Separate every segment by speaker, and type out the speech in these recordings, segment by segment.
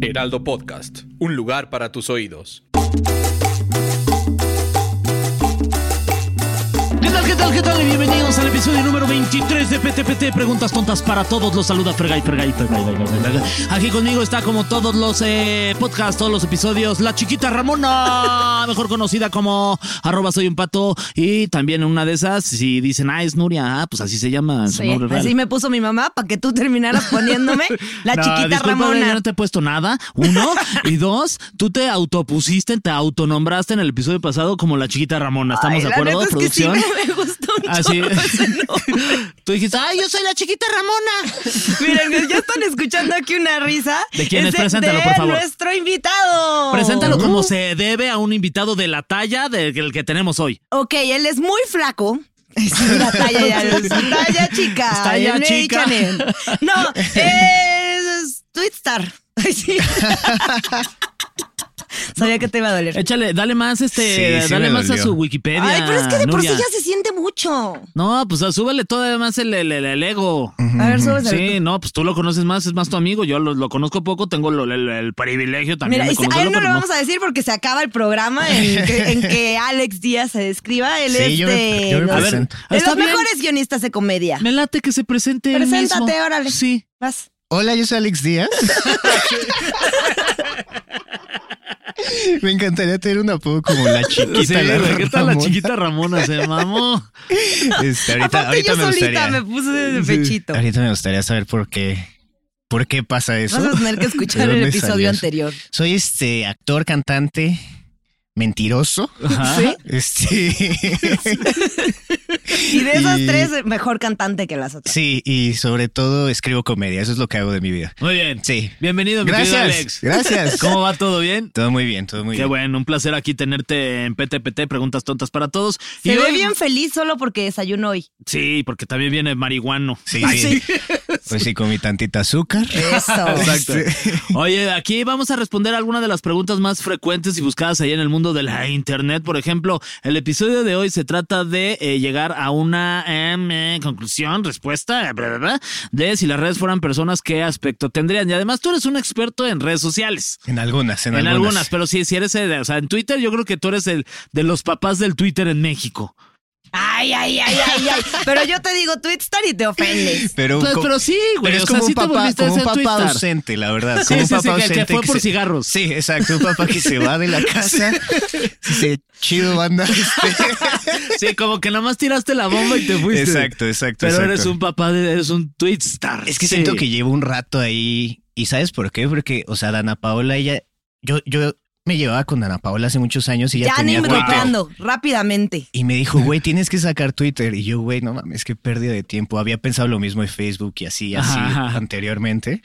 Speaker 1: Heraldo Podcast, un lugar para tus oídos.
Speaker 2: ¿Qué tal, qué tal, qué tal? Y bienvenidos al episodio número 23 de PTPT, Preguntas Tontas para Todos. Los saluda Fergay, Fergay, Fergay, Fergay, Fergay. Aquí conmigo está, como todos los eh, podcasts, todos los episodios, la chiquita Ramona, mejor conocida como arroba soy un pato. Y también en una de esas, si dicen, ah, es Nuria, ah, pues así se llama su
Speaker 3: Sí,
Speaker 2: nombre real.
Speaker 3: así me puso mi mamá para que tú terminaras poniéndome la
Speaker 2: No,
Speaker 3: chiquita
Speaker 2: discúlpame, Yo
Speaker 3: Ramona.
Speaker 2: no te he puesto nada. Uno. y dos, tú te autopusiste, te autonombraste en el episodio pasado como la chiquita Ramona. ¿Estamos
Speaker 3: Ay,
Speaker 2: de
Speaker 3: la
Speaker 2: acuerdo,
Speaker 3: neta es que
Speaker 2: producción? Ah,
Speaker 3: sí me, me gustó un
Speaker 2: Así.
Speaker 3: chorro ese nombre.
Speaker 2: Tú dijiste, ay, yo soy la chiquita Ramona.
Speaker 3: Miren, ya están escuchando aquí una risa.
Speaker 2: ¿De quién es?
Speaker 3: Ese-
Speaker 2: Preséntalo,
Speaker 3: de
Speaker 2: por favor.
Speaker 3: nuestro invitado.
Speaker 2: Preséntalo como se debe a un invitado de la talla del que- el que tenemos hoy.
Speaker 3: Ok, él es muy flaco. Sí, la talla ya, es talla chica.
Speaker 2: Es talla
Speaker 3: en
Speaker 2: chica.
Speaker 3: H&M. No, es Twitstar. Ay, sí. Sabía que te iba a doler.
Speaker 2: Échale, dale más, este,
Speaker 4: Sí, sí
Speaker 2: dale
Speaker 4: me
Speaker 2: más a
Speaker 4: dolió.
Speaker 2: su Wikipedia.
Speaker 3: Ay, pero es que de por sí
Speaker 2: Nuria.
Speaker 3: ya se siente mucho.
Speaker 2: No, pues súbele todavía más el, el- el- el ego.
Speaker 3: A ver, súbeselo tú.
Speaker 2: Sí, no, pues tú lo conoces más, es más tu amigo. Yo lo, lo conozco poco, tengo lo- el, el privilegio también
Speaker 3: Mira,
Speaker 2: de
Speaker 3: este, a
Speaker 2: conocerlo.
Speaker 3: él no
Speaker 2: pero
Speaker 3: lo vamos a decir porque se acaba el programa en que, en que Alex Díaz se describa. Él es
Speaker 4: Sí, yo me-
Speaker 3: de
Speaker 4: yo me
Speaker 3: los-
Speaker 2: A ver,
Speaker 4: presento.
Speaker 3: de
Speaker 2: está
Speaker 3: los
Speaker 2: bien.
Speaker 3: mejores guionistas de comedia.
Speaker 2: Me late que se presente él
Speaker 3: Preséntate,
Speaker 2: mismo.
Speaker 3: órale.
Speaker 2: Sí.
Speaker 3: Vas.
Speaker 4: Hola, yo soy Alex Díaz. Me encantaría tener un apodo como la chiquita.
Speaker 2: Sí,
Speaker 4: la
Speaker 2: güey, ¿Qué tal la
Speaker 4: Ramona.
Speaker 2: chiquita Ramona? Se mamó.
Speaker 4: Este, ahorita,
Speaker 3: Aparte,
Speaker 4: ahorita
Speaker 3: yo
Speaker 4: me
Speaker 3: solita
Speaker 4: gustaría.
Speaker 3: me puse de pechito.
Speaker 4: Ahorita me gustaría saber por qué. ¿Por qué pasa eso?
Speaker 3: Vas a tener que
Speaker 4: ¿De
Speaker 3: escuchar el
Speaker 4: dónde
Speaker 3: episodio
Speaker 4: salió eso?
Speaker 3: anterior.
Speaker 4: Soy este actor, cantante, mentiroso.
Speaker 3: ¿Sí?
Speaker 4: Este.
Speaker 3: Y de esas
Speaker 4: Y-
Speaker 3: tres, mejor cantante que las otras.
Speaker 4: sí, y sobre todo escribo comedia. Eso es lo que hago de mi vida.
Speaker 2: Muy bien.
Speaker 4: Sí.
Speaker 2: Bienvenido, mi querido Alex.
Speaker 4: Gracias. Gracias.
Speaker 2: ¿Cómo va todo bien?
Speaker 4: Todo muy bien, todo muy
Speaker 2: Qué
Speaker 4: bien.
Speaker 2: bueno, un placer aquí tenerte en PTPT, preguntas tontas para todos.
Speaker 3: Se ve
Speaker 2: hoy-
Speaker 3: bien feliz solo porque desayuno hoy.
Speaker 2: Sí, porque también viene marihuano.
Speaker 4: Sí, sí. Pues sí, comí tantita azúcar. Este,
Speaker 3: Eso.
Speaker 2: Eh, Exacto. Oye, aquí vamos a responder algunas de las preguntas más frecuentes y buscadas ahí en el mundo de la internet. Por ejemplo, el episodio de hoy se trata de eh, llegar a una em, eh, conclusión, respuesta, eh, bla, bla, bla, de si las redes fueran personas, qué aspecto tendrían. Y además tú eres un experto en redes sociales.
Speaker 4: En algunas, en,
Speaker 2: En, algunas. pero sí, si eres, eh, o sea, en Twitter yo creo que tú eres el de los papás del Twitter en México.
Speaker 3: Ay, ay, ay, ay, ay. Pero yo te digo Twitstar y te ofendes.
Speaker 4: Pero,
Speaker 2: Pues,
Speaker 4: co-
Speaker 2: pero sí, güey,
Speaker 4: pero
Speaker 2: o sea,
Speaker 4: es como
Speaker 2: sí te
Speaker 4: un papá,
Speaker 2: volviste a
Speaker 4: como un
Speaker 2: hacer
Speaker 4: papá
Speaker 2: Twitter.
Speaker 4: ausente, la verdad.
Speaker 2: Sí,
Speaker 4: Como un
Speaker 2: sí, sí,
Speaker 4: papá
Speaker 2: que- que
Speaker 4: ausente.
Speaker 2: fue por
Speaker 4: se-
Speaker 2: cigarros.
Speaker 4: Sí, exacto. Un papá que se va de la casa. Dice, chido, banda. Este.
Speaker 2: Sí, como que nada más tiraste la bomba y te fuiste.
Speaker 4: Exacto, exacto.
Speaker 2: Pero
Speaker 4: exacto.
Speaker 2: eres un papá, de, eres un twitstar.
Speaker 4: Es que
Speaker 2: Sí.
Speaker 4: siento que llevo un rato ahí. ¿Y sabes por qué? Porque, o sea, Dana Paola, ella. Yo, yo me llevaba con Dana Paola hace muchos años y ella
Speaker 3: Ya ni
Speaker 4: tenía Twitter.
Speaker 3: involucrando, rápidamente.
Speaker 4: Y me dijo, güey, tienes que sacar Twitter. Y yo, güey, no mames, qué pérdida de tiempo. Había pensado lo mismo en Facebook y así, así
Speaker 2: Ajá.
Speaker 4: anteriormente.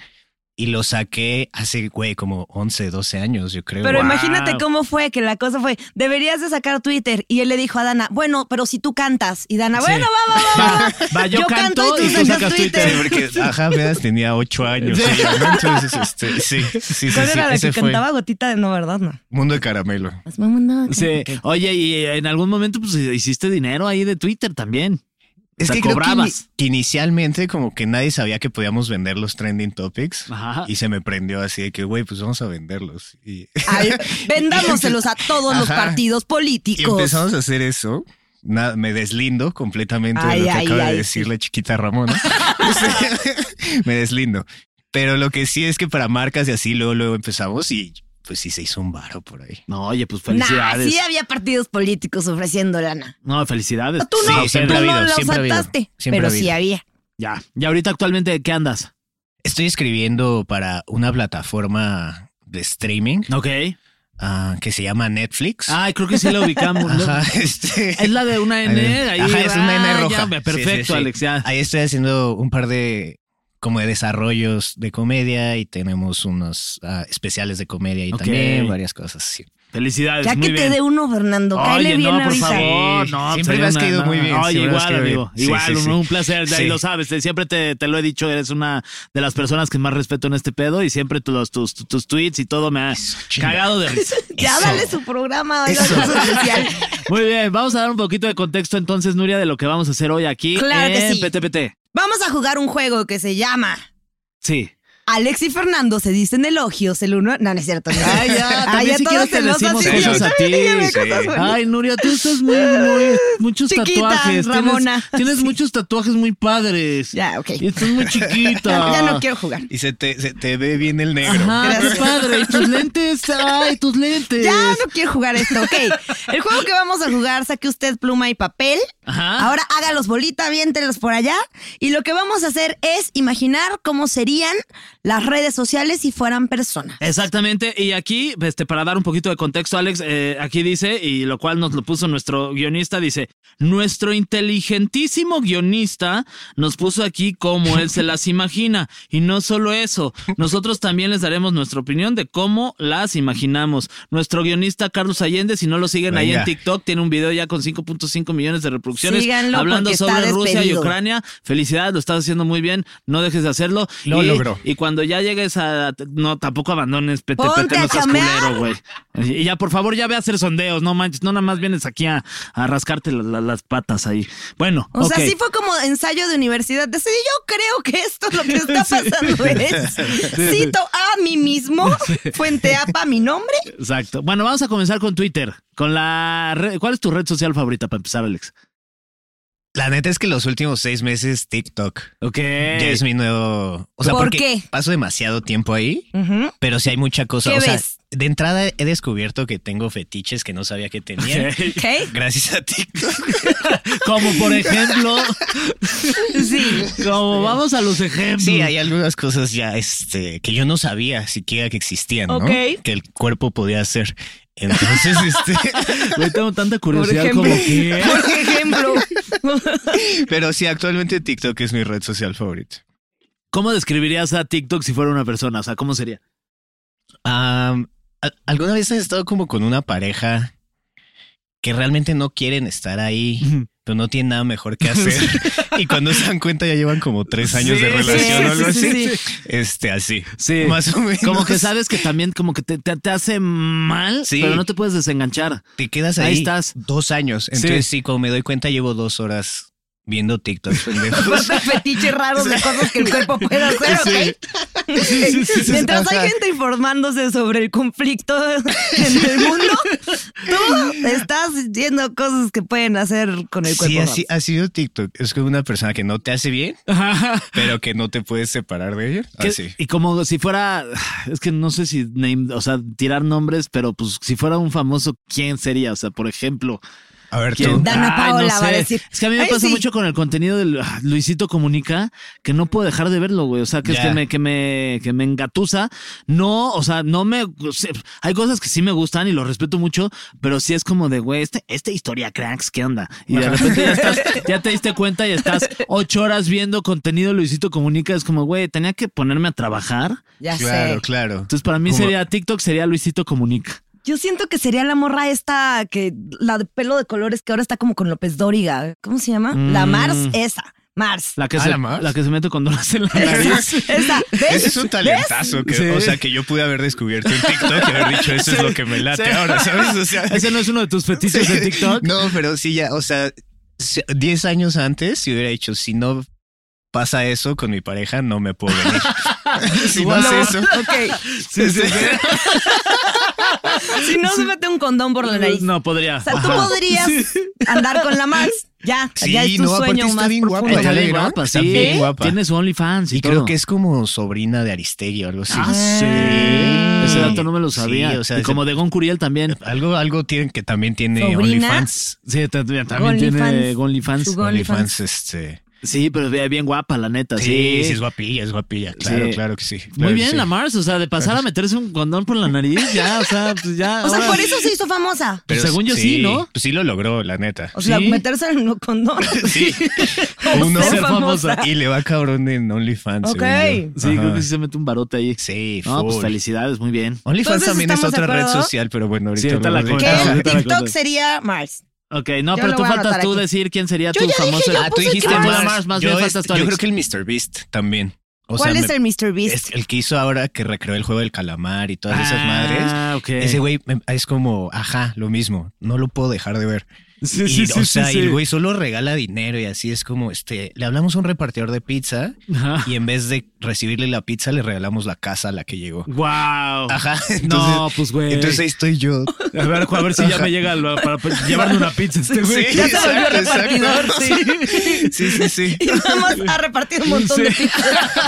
Speaker 4: Y lo saqué hace, güey, como 11, 12 años, yo creo.
Speaker 3: Pero
Speaker 2: Wow.
Speaker 3: imagínate cómo fue, que la cosa fue, deberías de sacar Twitter. Y él le dijo a Dana, bueno, pero si tú cantas. Y Dana,
Speaker 2: Sí.
Speaker 3: bueno, va, va, va, va, va.
Speaker 2: Va, yo canto y tú sacas Twitter.
Speaker 4: Sí, porque, ajá, apenas tenía 8 años. sí, ¿no? Entonces, este, sí, sí, sí.
Speaker 3: ¿Cuál
Speaker 4: sí,
Speaker 3: era la
Speaker 4: ese
Speaker 3: que
Speaker 4: fue
Speaker 3: cantaba gotita de no, verdad? No.
Speaker 4: Mundo de Caramelo.
Speaker 3: Hazme un mundo de
Speaker 2: Sí.
Speaker 3: caramelo.
Speaker 2: Oye, y en algún momento pues hiciste dinero ahí de Twitter también.
Speaker 4: Es
Speaker 2: sea,
Speaker 4: que creo que ini-
Speaker 2: cobrabas.
Speaker 4: que inicialmente como que nadie sabía que podíamos vender los trending topics.
Speaker 2: Ajá.
Speaker 4: Y se me prendió así de que, güey, pues vamos a venderlos. Y...
Speaker 3: Ay, vendámoselos a todos los
Speaker 4: Ajá.
Speaker 3: partidos
Speaker 4: Y
Speaker 3: políticos.
Speaker 4: empezamos a hacer eso. Nada, me deslindo completamente
Speaker 3: Ay,
Speaker 4: de lo que
Speaker 3: ay,
Speaker 4: acaba
Speaker 3: ay,
Speaker 4: de decir
Speaker 3: sí.
Speaker 4: la chiquita Ramona. me deslindo. Pero lo que sí es que para marcas y así luego, luego empezamos y pues sí se hizo un varo por ahí.
Speaker 2: No, oye, pues
Speaker 3: Nah,
Speaker 2: felicidades.
Speaker 3: sí había partidos políticos ofreciendo lana.
Speaker 2: No, felicidades.
Speaker 3: Tú
Speaker 4: Sí,
Speaker 3: no,
Speaker 4: siempre
Speaker 3: tú
Speaker 4: ha
Speaker 3: no
Speaker 4: habido,
Speaker 3: lo
Speaker 4: siempre ha habido,
Speaker 3: saltaste,
Speaker 4: siempre
Speaker 3: pero
Speaker 4: ha
Speaker 3: sí
Speaker 4: habido.
Speaker 3: había.
Speaker 2: Ya. Y ahorita actualmente, ¿qué andas?
Speaker 4: Estoy escribiendo para una plataforma de streaming
Speaker 2: Ok.
Speaker 4: ah, que se llama Netflix.
Speaker 3: Ah,
Speaker 2: Ay, creo que sí la ubicamos. ¿no?
Speaker 4: Ajá, este-
Speaker 2: Es la de una N. Ahí,
Speaker 4: Ajá, es una N
Speaker 2: Ah, ya,
Speaker 4: roja.
Speaker 2: perfecto,
Speaker 4: Sí, sí, sí.
Speaker 2: Alex. ya.
Speaker 4: Ahí estoy haciendo un par de como de desarrollos de comedia y tenemos unos ah, especiales de comedia y
Speaker 2: Ok.
Speaker 4: también varias cosas. Sí.
Speaker 2: Felicidades,
Speaker 3: Ya
Speaker 2: muy
Speaker 3: que te
Speaker 2: bien.
Speaker 3: dé uno, Fernando. Cáele
Speaker 2: Oye,
Speaker 3: bien
Speaker 2: no, por
Speaker 3: ahorita.
Speaker 2: favor, no.
Speaker 4: Siempre
Speaker 2: sería
Speaker 4: me has
Speaker 2: una-
Speaker 4: caído muy bien,
Speaker 2: Oye,
Speaker 4: siempre me
Speaker 2: igual,
Speaker 4: has caído
Speaker 2: amigo.
Speaker 4: bien. Sí,
Speaker 2: Igual,
Speaker 4: sí,
Speaker 2: un,
Speaker 4: sí.
Speaker 2: un placer.
Speaker 4: Sí.
Speaker 2: Ahí lo sabes. te- Siempre te, te lo he dicho. Eres una de las personas que más respeto en este pedo y siempre tu- los- tus, tus, tweets y todo me has
Speaker 4: chinga.
Speaker 2: cagado de risa.
Speaker 3: Ya
Speaker 4: Eso.
Speaker 3: dale su programa. oiga,
Speaker 4: Eso.
Speaker 3: es especial.
Speaker 2: Muy bien, vamos a dar un poquito de contexto entonces, Nuria, de lo que vamos a hacer hoy aquí
Speaker 3: Claro que
Speaker 2: en
Speaker 3: sí.
Speaker 2: PTPT.
Speaker 3: Vamos a jugar un juego que se llama
Speaker 2: Sí.
Speaker 3: Alex y Fernando se dicen elogios el uno. No, no es cierto. no.
Speaker 2: Ay, Ah, ya,
Speaker 3: Ay,
Speaker 2: también
Speaker 3: ya
Speaker 2: si
Speaker 3: todos
Speaker 2: quieres te
Speaker 3: celosos,
Speaker 2: decimos
Speaker 3: sí,
Speaker 2: cosas
Speaker 3: yo
Speaker 2: a ti.
Speaker 3: también dígame
Speaker 4: sí.
Speaker 3: cosas bonitas.
Speaker 2: Ay, Nuria, tú estás muy, muy, muchos
Speaker 3: Chiquita,
Speaker 2: tatuajes. Tienes-
Speaker 3: Ramona.
Speaker 2: Tienes, muchos tatuajes muy padres.
Speaker 3: Ya, ok.
Speaker 2: Y estás muy chiquita.
Speaker 3: Ya no quiero jugar.
Speaker 4: Y se te, se te ve bien el negro.
Speaker 2: Ajá, qué
Speaker 3: Gracias.
Speaker 2: padre. Y tus lentes. Ay, tus lentes.
Speaker 3: Ya no quiero jugar esto, ok. El juego que vamos a jugar, saque usted pluma y papel.
Speaker 2: Ajá.
Speaker 3: Ahora hágalos bolita, aviéntelos por allá. Y lo que vamos a hacer es imaginar cómo serían las redes sociales si fueran personas.
Speaker 2: Exactamente, y aquí, este, para dar un poquito de contexto, Alex, eh, aquí dice, y lo cual nos lo puso nuestro guionista, dice, nuestro inteligentísimo guionista nos puso aquí como él se las imagina, y no solo eso, nosotros también les daremos nuestra opinión de cómo las imaginamos. Nuestro guionista Carlos Allende, si no lo siguen ahí en
Speaker 4: Venga.
Speaker 2: TikTok, tiene un video ya con 5.5 millones de reproducciones
Speaker 3: Síganlo
Speaker 2: hablando
Speaker 3: porque está
Speaker 2: sobre Rusia y
Speaker 3: despedido.
Speaker 2: Ucrania. Felicidades, lo estás haciendo muy bien, no dejes de hacerlo.
Speaker 4: Lo
Speaker 2: y,
Speaker 4: logró.
Speaker 2: y cuando ya llegues a. No, tampoco abandones PTPT,
Speaker 3: Ponte
Speaker 2: no
Speaker 3: a
Speaker 2: seas
Speaker 3: chambear.
Speaker 2: culero, güey. Y ya, por favor, ya ve a hacer sondeos, no manches, no nada más vienes aquí a, a rascarte la- la- las patas ahí. Bueno,
Speaker 3: O sea,
Speaker 2: ok.
Speaker 3: sí fue como ensayo de universidad. Decidí, yo creo que esto es lo que está pasando es. Cito a mí mismo, fuente APA, mi nombre.
Speaker 2: Exacto. Bueno, vamos a comenzar con Twitter. Con la red- ¿Cuál es tu red social favorita para empezar, Alex?
Speaker 4: La neta es que los últimos seis meses TikTok
Speaker 2: Ok.
Speaker 4: ya es mi nuevo. O sea,
Speaker 3: ¿Por
Speaker 4: porque
Speaker 3: qué?
Speaker 4: paso demasiado tiempo ahí,
Speaker 3: Ujú.
Speaker 4: pero sí hay mucha cosa.
Speaker 3: ¿Qué
Speaker 4: o sea,
Speaker 3: ves?
Speaker 4: de entrada he descubierto que tengo fetiches que no sabía que tenía.
Speaker 3: ¿Ok?
Speaker 4: Gracias a TikTok.
Speaker 2: Como por ejemplo,
Speaker 3: Sí.
Speaker 2: como vamos a los ejemplos.
Speaker 4: Sí, hay algunas cosas ya este, que yo no sabía siquiera que existían, ¿no?
Speaker 3: Ok.
Speaker 4: Que el cuerpo podía hacer. Entonces, este.
Speaker 2: Güey, tengo tanta curiosidad
Speaker 3: ejemplo.
Speaker 2: como que.
Speaker 3: Por ejemplo.
Speaker 4: Pero sí, actualmente TikTok es mi red social favorita.
Speaker 2: ¿Cómo describirías a TikTok si fuera una persona? O sea, ¿cómo sería?
Speaker 4: Am, ¿al- ¿Alguna vez has estado como con una pareja que realmente no quieren estar ahí, pero no tienen nada mejor que hacer? y cuando se dan cuenta ya llevan como tres años
Speaker 2: Sí,
Speaker 4: de
Speaker 2: sí,
Speaker 4: relación
Speaker 3: sí,
Speaker 4: o algo
Speaker 3: sí,
Speaker 4: así.
Speaker 3: sí,
Speaker 4: Este, así.
Speaker 2: Sí.
Speaker 4: Más o menos.
Speaker 2: Como que sabes que también como que te, te- te hace mal,
Speaker 4: Sí.
Speaker 2: pero no te puedes desenganchar.
Speaker 4: Te quedas ahí,
Speaker 2: Ahí estás.
Speaker 4: dos años. Entonces sí. como me doy cuenta llevo dos horas viendo TikTok. pendejos.
Speaker 3: fetiches raros de cosas que el cuerpo puede hacer, ¿ok? Mientras hay gente informándose sobre el conflicto en el mundo, tú estás diciendo cosas que pueden hacer con el
Speaker 4: Sí,
Speaker 3: cuerpo.
Speaker 4: así
Speaker 2: ah,
Speaker 4: ha sido TikTok. Es como una persona que no te hace bien, pero que no te puedes separar de ella.
Speaker 2: Que-
Speaker 4: Así.
Speaker 2: Y como si fuera, es que no sé si name, o sea, tirar nombres, pero pues si fuera un famoso, ¿quién sería? O sea, por ejemplo,
Speaker 4: A ver,
Speaker 2: ¿quién?
Speaker 4: tú.
Speaker 3: Dana
Speaker 2: Ay,
Speaker 3: Paola va a decir,
Speaker 2: Es que a mí me
Speaker 3: "Ay,
Speaker 2: pasa
Speaker 3: sí".
Speaker 2: mucho con el contenido de Lu- Luisito Comunica que no puedo dejar de verlo, güey. O sea, que es
Speaker 4: Ya.
Speaker 2: que me, que me, que me engatusa. No, o sea, no me. Hay cosas que sí me gustan y lo respeto mucho, pero sí es como de, güey, este, este historia cracks, ¿qué onda? Y de repente ya, estás- ya te diste cuenta y estás ocho horas viendo contenido de Luisito Comunica. Es como, güey, tenía que ponerme a trabajar.
Speaker 3: Ya
Speaker 4: Claro,
Speaker 3: sé.
Speaker 4: claro.
Speaker 2: Entonces, para mí
Speaker 4: Como-
Speaker 2: sería TikTok, sería Luisito Comunica.
Speaker 3: Yo siento que sería la morra esta que la de pelo de colores que ahora está como con López Dóriga. ¿Cómo se llama? La
Speaker 2: Mm.
Speaker 3: Mars, esa. Mars.
Speaker 2: La que,
Speaker 4: ¿A
Speaker 2: se,
Speaker 4: la más?
Speaker 2: la que se mete con donas en la nariz.
Speaker 3: Esa, esa. ¿Ves?
Speaker 4: Ese es un talentazo, que,
Speaker 2: Sí.
Speaker 4: o sea, que yo pude haber descubierto en TikTok y haber dicho, eso es lo que me late
Speaker 2: Sí.
Speaker 4: ahora, ¿sabes? O sea,
Speaker 2: Ese no es uno de tus fetiches de TikTok.
Speaker 4: No, pero sí, ya, o sea, si- 10 años antes, si hubiera dicho, si no pasa eso con mi pareja, no me puedo venir. si no
Speaker 2: Wow.
Speaker 4: hace eso.
Speaker 3: Ok.
Speaker 4: Sí, sí,
Speaker 3: Si no se mete un condón por la nariz.
Speaker 2: Mm, No podría.
Speaker 3: O sea, tú
Speaker 2: Ajá.
Speaker 3: podrías andar con la Mars. Ya, ya es tu
Speaker 4: no, aparte
Speaker 3: sueño
Speaker 4: está
Speaker 3: más
Speaker 4: bien
Speaker 3: profundo.
Speaker 4: guapa.
Speaker 2: Está
Speaker 4: ¿ya la
Speaker 2: bien
Speaker 4: vieron?
Speaker 2: guapa,
Speaker 4: Está
Speaker 2: sí.
Speaker 4: bien guapa.
Speaker 2: Tiene su OnlyFans y,
Speaker 4: y
Speaker 2: todo.
Speaker 4: creo que es como sobrina de Aristegui o algo así.
Speaker 2: Ah, sí. Ese dato no me lo
Speaker 4: Sí,
Speaker 2: sabía.
Speaker 4: o sea,
Speaker 2: y como de Gon Curiel también.
Speaker 4: Algo, algo tiene, que también tiene
Speaker 3: ¿Sobrina?
Speaker 4: OnlyFans.
Speaker 2: Sí, ta- ta- también
Speaker 3: OnlyFans.
Speaker 2: tiene
Speaker 3: Su
Speaker 2: OnlyFans.
Speaker 3: OnlyFans.
Speaker 4: OnlyFans, este.
Speaker 2: Sí, pero ve- bien guapa, la neta.
Speaker 4: Sí,
Speaker 2: Sí,
Speaker 4: sí, es guapilla, es guapilla. Claro,
Speaker 2: Sí.
Speaker 4: claro que sí. claro
Speaker 2: Muy
Speaker 4: que
Speaker 2: bien,
Speaker 4: sí.
Speaker 2: la Mars, o sea, de pasar a meterse un condón por la nariz, ya, o sea, pues ya.
Speaker 3: O sea,
Speaker 2: ahora-
Speaker 3: por eso se hizo famosa.
Speaker 4: Pero
Speaker 2: según yo sí, ¿no?
Speaker 4: Pues sí lo logró, la neta.
Speaker 3: O sea,
Speaker 2: Sí.
Speaker 3: meterse en un condón.
Speaker 4: Sí.
Speaker 3: Uno- ser famosa.
Speaker 4: Y le va cabrón en OnlyFans.
Speaker 3: Ok.
Speaker 4: según yo.
Speaker 2: Sí, creo
Speaker 4: Ajá.
Speaker 2: que sí se mete un barote ahí.
Speaker 4: Sí,
Speaker 2: No, pues
Speaker 4: full.
Speaker 2: felicidades, muy bien.
Speaker 4: OnlyFans
Speaker 3: Entonces,
Speaker 4: también es
Speaker 3: ¿estamos de
Speaker 4: otra red
Speaker 3: acuerdo?
Speaker 4: social, pero bueno, ahorita
Speaker 2: Sí, ahorita la
Speaker 4: hablamos de-
Speaker 3: Que
Speaker 2: Ah,
Speaker 3: en
Speaker 2: ahorita la
Speaker 3: TikTok
Speaker 2: cuento.
Speaker 3: sería Mars.
Speaker 2: Ok, no,
Speaker 3: Yo
Speaker 2: pero
Speaker 3: lo
Speaker 2: tú
Speaker 3: voy a
Speaker 2: faltas
Speaker 3: anotar
Speaker 2: tú
Speaker 3: aquí.
Speaker 2: decir quién sería
Speaker 3: Yo
Speaker 2: tu
Speaker 3: ya dije,
Speaker 2: famoso.
Speaker 3: yo
Speaker 4: Ah, tú
Speaker 3: puse
Speaker 4: dijiste
Speaker 3: que
Speaker 2: tú
Speaker 3: Mars.
Speaker 2: la Mars, más
Speaker 4: yo,
Speaker 2: bien
Speaker 4: es-
Speaker 2: faltas tú,
Speaker 4: yo
Speaker 2: Alex.
Speaker 4: creo que el Mr. Beast también. O
Speaker 3: ¿Cuál
Speaker 4: sea,
Speaker 3: es
Speaker 4: me-
Speaker 3: el Mr.
Speaker 4: es
Speaker 3: Beast?
Speaker 4: el que hizo ahora que recreó el juego del calamar y todas esas madres.
Speaker 2: Ah, ok.
Speaker 4: Ese güey me- es como, ajá, lo mismo. No lo puedo dejar de ver.
Speaker 2: Sí,
Speaker 4: Y,
Speaker 2: sí, sí,
Speaker 4: o sea,
Speaker 2: sí,
Speaker 4: y
Speaker 2: sí.
Speaker 4: el güey solo regala dinero y así es como, este, le hablamos a un repartidor de pizza
Speaker 2: Ajá.
Speaker 4: y en vez de recibirle la pizza le regalamos la casa a la que llegó.
Speaker 2: Wow.
Speaker 4: Ajá.
Speaker 2: no,
Speaker 4: entonces-
Speaker 2: pues güey.
Speaker 4: Entonces ahí estoy yo.
Speaker 2: a ver, a ver si ya me llega lo- para pues, llevarme una pizza este güey.
Speaker 4: Sí, exacto, exacto. Sí, sí, sí.
Speaker 3: Y nada más ha repartido un montón de
Speaker 2: Sí.
Speaker 3: pizzas.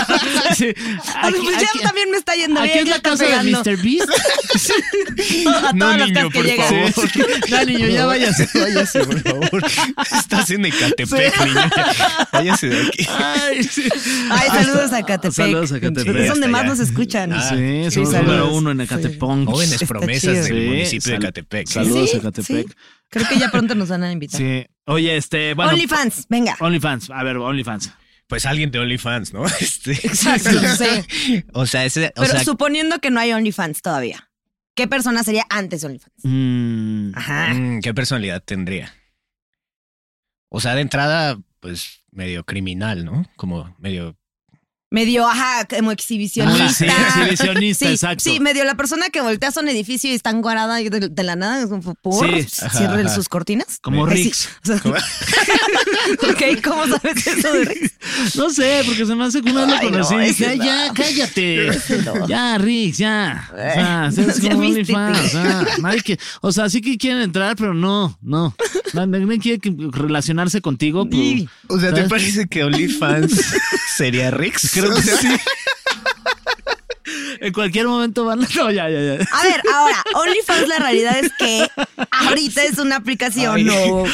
Speaker 2: Sí. Aquí,
Speaker 3: Pues ya
Speaker 2: aquí-
Speaker 3: también me está yendo
Speaker 2: aquí
Speaker 3: bien.
Speaker 2: es
Speaker 3: ya
Speaker 2: la
Speaker 3: está
Speaker 2: casa de
Speaker 3: pegando.
Speaker 2: Mr. Beast.
Speaker 3: A todas las casas que
Speaker 4: por
Speaker 3: llegan.
Speaker 4: favor.
Speaker 2: No, niño, ya váyase.
Speaker 4: Váyase, por favor. Estás en Ecatepec, niño. Váyase de aquí.
Speaker 2: Ay, sí.
Speaker 3: Ay, saludos a Catepec.
Speaker 2: Saludos a Catepec.
Speaker 3: Porque son
Speaker 4: Hasta
Speaker 3: de más
Speaker 4: allá.
Speaker 3: nos escuchan.
Speaker 4: Ah,
Speaker 2: Sí,
Speaker 3: sí,
Speaker 2: somos
Speaker 3: saludos.
Speaker 2: número uno en Ecatepón.
Speaker 4: Jóvenes
Speaker 3: Está
Speaker 4: promesas
Speaker 3: chido.
Speaker 4: del
Speaker 2: Sí,
Speaker 4: municipio de
Speaker 2: sal-
Speaker 4: Ecatepec.
Speaker 3: Sí,
Speaker 2: Saludos a
Speaker 3: sí.
Speaker 2: Catepec.
Speaker 3: Creo que ya pronto nos van a invitar.
Speaker 2: Sí. Oye, este, bueno.
Speaker 3: OnlyFans, venga.
Speaker 2: OnlyFans. A ver, OnlyFans.
Speaker 4: Pues alguien de OnlyFans, ¿no? Este,
Speaker 3: Exacto, sí.
Speaker 4: O sea, ese, o
Speaker 3: Pero
Speaker 4: sea,
Speaker 3: suponiendo que no hay OnlyFans todavía, ¿qué persona sería antes de OnlyFans?
Speaker 2: Mm,
Speaker 3: Ajá.
Speaker 4: mm, ¿qué personalidad tendría? O sea, de entrada, pues medio criminal, ¿no? Como medio.
Speaker 3: Medio, ajá, como
Speaker 2: Ajá,
Speaker 3: exhibicionista.
Speaker 2: Ah, sí, exhibicionista,
Speaker 3: Sí,
Speaker 2: exacto.
Speaker 3: sí, medio la persona que volteas a un edificio y está enguarada y de, de la nada, es un por,
Speaker 2: Sí,
Speaker 3: cierren
Speaker 4: ajá.
Speaker 3: sus cortinas.
Speaker 2: Como
Speaker 3: Ay, sí,
Speaker 2: Rix.
Speaker 3: o sea, ok, ¿cómo sabes eso de Rix?
Speaker 2: No sé, porque se me hace que una vez
Speaker 3: Ay,
Speaker 2: lo conocí
Speaker 3: no,
Speaker 2: y dije,
Speaker 3: ese
Speaker 2: "Ay, ya, cállate.
Speaker 3: no.
Speaker 2: Ya, Rix, ya. O sea,
Speaker 3: Bueno,
Speaker 2: es
Speaker 3: ya
Speaker 2: como
Speaker 3: viste,
Speaker 2: OnlyFans.
Speaker 3: tío.
Speaker 2: O sea, nadie que- o sea, sí que quieren entrar, pero no, no. Nadie quiere que- relacionarse contigo. pues,
Speaker 3: Y-
Speaker 4: O sea,
Speaker 2: ¿te
Speaker 4: parece que OnlyFans sería Rix? Creo que sí.
Speaker 2: en cualquier momento van a. No, ya, ya, ya.
Speaker 3: A ver, ahora, OnlyFans la realidad es que ahorita es una aplicación o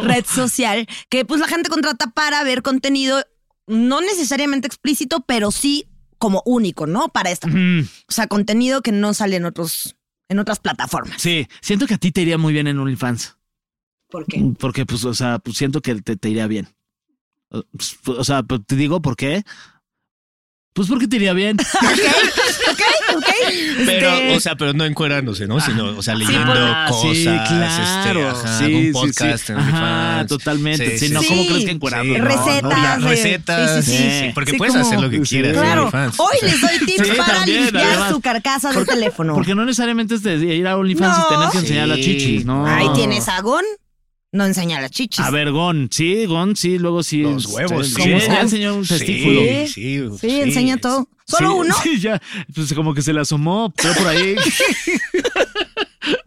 Speaker 3: red social que pues la gente contrata para ver contenido no necesariamente explícito, pero sí como único, ¿no? Para esta.
Speaker 2: Mm,
Speaker 3: O sea, contenido que no sale en otros en otras plataformas.
Speaker 2: Sí, siento que a ti te iría muy bien en OnlyFans.
Speaker 3: ¿Por qué?
Speaker 2: Porque, pues, o sea, pues siento que te, te iría bien. O o sea, pues, te digo por qué. Pues porque te iría bien.
Speaker 3: ¿Ok? ¿Ok?
Speaker 4: Pero,
Speaker 3: Este,
Speaker 4: o sea, pero no encuerándose, ¿no? Sino, o sea, leyendo
Speaker 2: Ah,
Speaker 4: cosas,
Speaker 2: sí,
Speaker 4: este,
Speaker 2: claro.
Speaker 4: ajá,
Speaker 2: Sí, sí,
Speaker 4: algún podcast
Speaker 2: sí.
Speaker 4: en
Speaker 2: Ajá,
Speaker 4: OnlyFans.
Speaker 2: totalmente. Sí, no,
Speaker 3: ¿cómo crees
Speaker 2: que encuerando?
Speaker 4: Sí,
Speaker 3: Recetas,
Speaker 4: no, no,
Speaker 3: eh,
Speaker 4: recetas.
Speaker 3: sí, sí, sí.
Speaker 4: sí, Porque
Speaker 3: Sí,
Speaker 4: puedes
Speaker 3: como-
Speaker 4: hacer lo que quieras en
Speaker 3: claro,
Speaker 4: OnlyFans.
Speaker 3: hoy les doy tips
Speaker 2: Sí,
Speaker 3: para
Speaker 2: también,
Speaker 3: limpiar
Speaker 2: además.
Speaker 3: su carcasa de teléfono.
Speaker 2: Porque no necesariamente es de ir a OnlyFans y
Speaker 3: No.
Speaker 2: tener que enseñar las
Speaker 4: Sí.
Speaker 2: chichis, ¿no?
Speaker 3: Ahí tienes a Gon, no enseña las chichis.
Speaker 2: A ver, Gon, sí, Gon, sí, luego sí.
Speaker 4: Los huevos,
Speaker 2: Sí,
Speaker 4: sí.
Speaker 2: ya enseñó un testículo.
Speaker 4: Sí, sí,
Speaker 3: sí, enseña todo. ¿Solo
Speaker 2: Sí,
Speaker 3: uno?
Speaker 2: Sí, ya. Pues como que se le asomó, pero por ahí.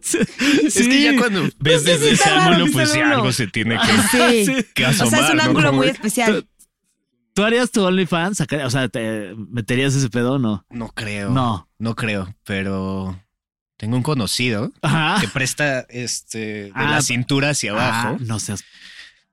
Speaker 2: Sí.
Speaker 4: Es que ya cuando ves
Speaker 3: Sí, sí,
Speaker 4: desde ese
Speaker 3: está raro,
Speaker 4: ángulo,
Speaker 3: sí,
Speaker 4: pues
Speaker 3: está
Speaker 4: sí,
Speaker 3: raro.
Speaker 4: algo se tiene
Speaker 3: Ah,
Speaker 4: que,
Speaker 3: sí.
Speaker 4: que
Speaker 3: O
Speaker 4: asomar.
Speaker 3: sea, es un
Speaker 4: ¿no?
Speaker 3: ángulo
Speaker 4: Como-
Speaker 3: muy especial.
Speaker 2: ¿Tú harías tu OnlyFans? Sacaría- O sea, ¿te meterías ese pedo o no?
Speaker 4: No creo.
Speaker 2: No.
Speaker 4: No creo, pero tengo un conocido
Speaker 2: Ajá.
Speaker 4: que presta este de
Speaker 2: Ah,
Speaker 4: la cintura hacia
Speaker 2: Ah,
Speaker 4: abajo
Speaker 2: no seas.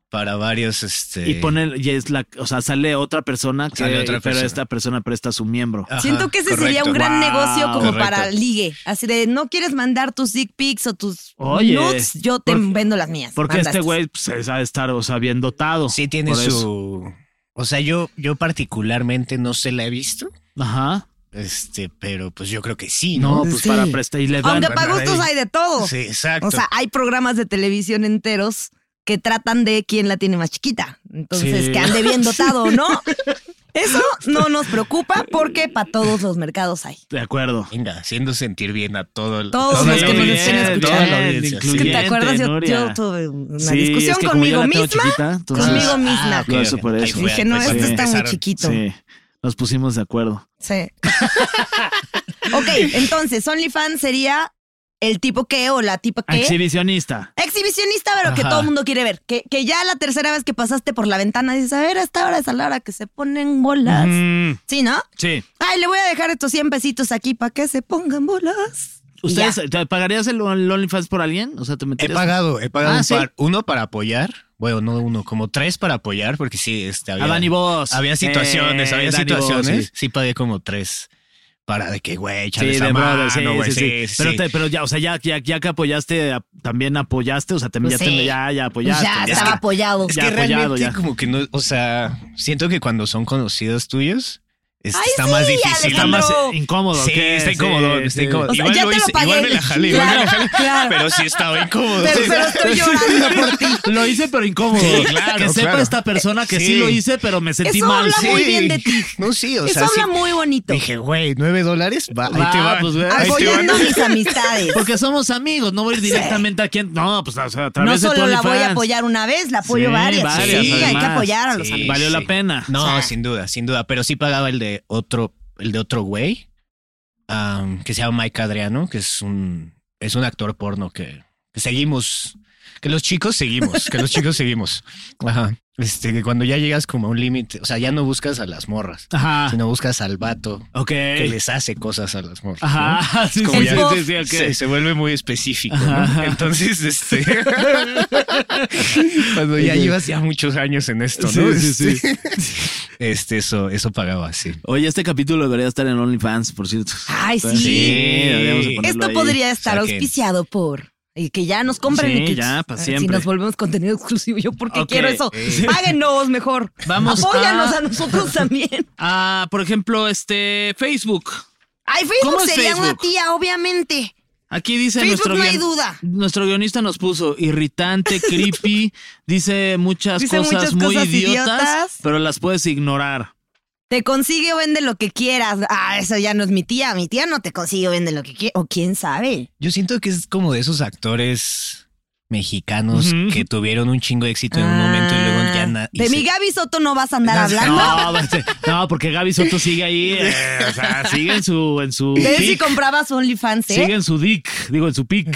Speaker 4: para varios este
Speaker 2: Y pone, y es la, o sea, sale otra persona que,
Speaker 4: Sale otra
Speaker 2: pero
Speaker 4: persona.
Speaker 2: esta persona presta su miembro.
Speaker 4: Ajá,
Speaker 3: Siento que ese sería
Speaker 4: correcto.
Speaker 3: un gran
Speaker 2: Wow.
Speaker 3: negocio como
Speaker 4: Correcto.
Speaker 3: para ligue. Así de, no quieres mandar tus dick pics o tus
Speaker 2: Oye,
Speaker 3: nudes, yo te
Speaker 2: porque-
Speaker 3: vendo las mías.
Speaker 2: Porque
Speaker 3: Mandas
Speaker 2: este
Speaker 3: tus-
Speaker 2: güey pues, es- ha de estar, o sea, bien dotado.
Speaker 4: Sí tiene
Speaker 2: Por eso.
Speaker 4: su. O sea, yo, yo particularmente no se la he visto.
Speaker 2: Ajá.
Speaker 4: Este, pero pues yo creo que sí,
Speaker 2: No,
Speaker 4: ¿no?
Speaker 2: pues
Speaker 3: Sí.
Speaker 2: para prestar y le dan.
Speaker 3: Aunque para
Speaker 4: Ahí.
Speaker 3: gustos hay de todo.
Speaker 4: Sí, exacto.
Speaker 3: O sea, hay programas de televisión enteros que tratan de quién la tiene más chiquita. Entonces,
Speaker 2: Sí.
Speaker 3: que ande bien dotado o no. Eso no nos preocupa porque para todos los mercados hay.
Speaker 2: De acuerdo.
Speaker 4: Venga, haciendo sentir bien a todo el-
Speaker 3: Todos
Speaker 4: toda
Speaker 3: los
Speaker 4: la
Speaker 3: que nos
Speaker 4: audiencia,
Speaker 3: estén escuchando.
Speaker 4: toda la audiencia,
Speaker 2: Es que
Speaker 3: ¿Te
Speaker 2: Siguiente,
Speaker 3: acuerdas? Yo,
Speaker 2: Nuria.
Speaker 3: yo tuve una
Speaker 2: Sí,
Speaker 3: discusión
Speaker 2: es que como yo
Speaker 3: conmigo
Speaker 2: la tengo
Speaker 3: misma.
Speaker 2: chiquita, entonces-
Speaker 3: conmigo misma.
Speaker 4: Ah, ok,
Speaker 2: Eso por
Speaker 4: ok.
Speaker 2: eso.
Speaker 4: Ahí fue,
Speaker 3: Dije, no,
Speaker 4: ahí fue.
Speaker 3: este está muy
Speaker 4: Empezaron.
Speaker 3: chiquito.
Speaker 2: Sí. Nos pusimos de acuerdo.
Speaker 3: Sí. ok, entonces, OnlyFans sería el tipo que o la tipa que.
Speaker 2: Exhibicionista.
Speaker 3: Exhibicionista, pero que
Speaker 2: Ajá.
Speaker 3: todo el mundo quiere ver. Que, que ya la tercera vez que pasaste por la ventana dices, a ver, hasta ahora es a la hora que se ponen bolas.
Speaker 2: Mm,
Speaker 3: Sí, ¿no?
Speaker 2: sí.
Speaker 3: Ay, le voy a dejar estos 100 pesitos aquí para que se pongan bolas.
Speaker 2: ¿Ustedes
Speaker 3: Ya.
Speaker 2: te pagarías el, el OnlyFans por alguien? O sea, te
Speaker 4: He
Speaker 2: meterías.
Speaker 4: pagado, he pagado
Speaker 2: Ah,
Speaker 4: un
Speaker 2: ¿sí?
Speaker 4: par. Uno para apoyar, bueno, no uno, como tres para apoyar, porque sí, este, había,
Speaker 2: A Dani Vos.
Speaker 4: había situaciones,
Speaker 2: Eh,
Speaker 4: había
Speaker 2: Dani Vos,
Speaker 4: situaciones.
Speaker 2: sí.
Speaker 4: sí, pagué como tres para de que, güey,
Speaker 2: Sí,
Speaker 4: chale esa
Speaker 2: de brother, sí,
Speaker 4: mano, güey,
Speaker 2: sí, sí.
Speaker 4: sí,
Speaker 2: Pero,
Speaker 4: sí.
Speaker 2: te- pero ya, o sea, ya, ya, ya que apoyaste, a- también apoyaste, o sea, te-
Speaker 3: Pues
Speaker 2: ya, te-
Speaker 3: sí.
Speaker 2: ya, ya apoyaste.
Speaker 3: Ya
Speaker 2: ya.
Speaker 3: estaba apoyado.
Speaker 4: pues, Es
Speaker 2: ya
Speaker 4: que
Speaker 2: apoyado,
Speaker 4: realmente
Speaker 2: ya.
Speaker 4: como que no, o sea, siento que cuando son conocidos tuyos, es-
Speaker 3: Ay,
Speaker 4: está
Speaker 3: sí,
Speaker 4: más difícil.
Speaker 2: Está más eh, incómodo.
Speaker 4: Sí,
Speaker 2: ¿ok?
Speaker 4: está
Speaker 2: Sí,
Speaker 4: incómodo, está
Speaker 2: sí.
Speaker 4: incómodo.
Speaker 3: O sea,
Speaker 4: igual
Speaker 3: ya
Speaker 4: lo
Speaker 3: te lo
Speaker 4: hice,
Speaker 3: pagué.
Speaker 4: igual me la jalé, igual me la
Speaker 3: Claro,
Speaker 4: jalé,
Speaker 3: claro.
Speaker 4: pero sí estaba incómodo.
Speaker 3: Pero, pero estoy llorando por ti.
Speaker 2: Lo hice, pero incómodo.
Speaker 4: Sí, claro,
Speaker 2: que sepa
Speaker 4: claro.
Speaker 2: esta persona que sí.
Speaker 4: Sí.
Speaker 2: lo hice, pero me sentí
Speaker 3: Eso
Speaker 2: mal.
Speaker 3: habla
Speaker 2: Sí.
Speaker 3: muy bien de ti.
Speaker 4: No, sí, o
Speaker 3: Eso
Speaker 4: sea, sí.
Speaker 3: habla muy bonito.
Speaker 4: dije, güey, nueve dólares, va,
Speaker 2: Va,
Speaker 4: ahí te va.
Speaker 2: pues, güey.
Speaker 4: ahí te va.
Speaker 3: Apoyando mis amistades.
Speaker 2: Porque somos amigos, no voy a ir directamente a quien. No, pues o sea, a través
Speaker 3: No
Speaker 2: de tu
Speaker 3: solo la voy a
Speaker 2: OnlyFans.
Speaker 3: apoyar una vez, la apoyo
Speaker 2: Sí,
Speaker 3: varias.
Speaker 2: varias,
Speaker 3: sí, hay que
Speaker 2: además.
Speaker 3: apoyar a los
Speaker 4: Sí,
Speaker 3: amigos.
Speaker 2: Valió la
Speaker 4: sí.
Speaker 2: pena.
Speaker 4: No,
Speaker 3: O sea.
Speaker 4: sin duda, sin duda, pero sí pagaba el de otro, el de otro güey, am, que se llama Mike Adriano, que es un, es un actor porno que, que seguimos, que los chicos seguimos, que los chicos seguimos. Ajá. Este, que cuando ya llegas como a un límite, o sea, ya no buscas a las morras,
Speaker 3: Ah.
Speaker 2: Ajá.
Speaker 4: sino buscas al vato
Speaker 2: Ok.
Speaker 4: que les hace cosas a las morras. ¿no?
Speaker 2: Ajá. Sí,
Speaker 4: Como
Speaker 2: sí,
Speaker 4: ya-
Speaker 2: sí, sí, sí, ok.
Speaker 4: se, se vuelve muy específico.
Speaker 2: Ajá.
Speaker 4: ¿no? Entonces, este. cuando ya llevas ya muchos años en esto, ¿no?
Speaker 2: Sí, sí, sí.
Speaker 4: Este, eso, eso pagaba, sí.
Speaker 2: Oye, este capítulo debería estar en OnlyFans, por cierto.
Speaker 3: Ay,
Speaker 4: Pues
Speaker 3: sí.
Speaker 2: deberíamos de ponerlo
Speaker 3: Esto
Speaker 2: ahí.
Speaker 3: podría estar
Speaker 4: O sea que-
Speaker 3: auspiciado por. Y que ya nos compren.
Speaker 2: Sí,
Speaker 3: y que,
Speaker 2: ya, pa'
Speaker 3: Ah, Si
Speaker 2: siempre.
Speaker 3: nos volvemos contenido exclusivo, yo porque
Speaker 2: Ok.
Speaker 3: quiero eso. Páguenos mejor.
Speaker 2: Vamos
Speaker 3: Apóyanos
Speaker 2: a-
Speaker 3: a... nosotros también.
Speaker 2: Ah, por ejemplo, este Facebook.
Speaker 3: Ay, Facebook
Speaker 2: ¿Cómo es
Speaker 3: sería una
Speaker 2: Facebook?
Speaker 3: tía, obviamente.
Speaker 2: Aquí dice
Speaker 3: Facebook
Speaker 2: nuestro
Speaker 3: no hay duda.
Speaker 2: Nuestro guionista nos puso irritante, creepy, dice muchas
Speaker 3: Dice
Speaker 2: cosas
Speaker 3: muchas
Speaker 2: muy
Speaker 3: cosas
Speaker 2: idiotas,
Speaker 3: idiotas.
Speaker 2: pero las puedes ignorar.
Speaker 3: Te consigue o vende lo que quieras. Ah, esa ya no es mi tía. Mi tía no te consigue o vende lo que quiera. O quién sabe.
Speaker 4: Yo siento que es como de esos actores mexicanos
Speaker 2: Ujú.
Speaker 4: que tuvieron un chingo de éxito en un momento y luego ya na- y
Speaker 3: Ah, De
Speaker 4: se-
Speaker 3: mi Gaby Soto no vas a andar hablando.
Speaker 2: No, este, no, porque Gaby Soto sigue ahí, eh, o sea, sigue en su en su
Speaker 3: De él si
Speaker 2: pic,
Speaker 3: compraba su OnlyFans, ¿eh?
Speaker 2: sigue en su dick, digo en su pic.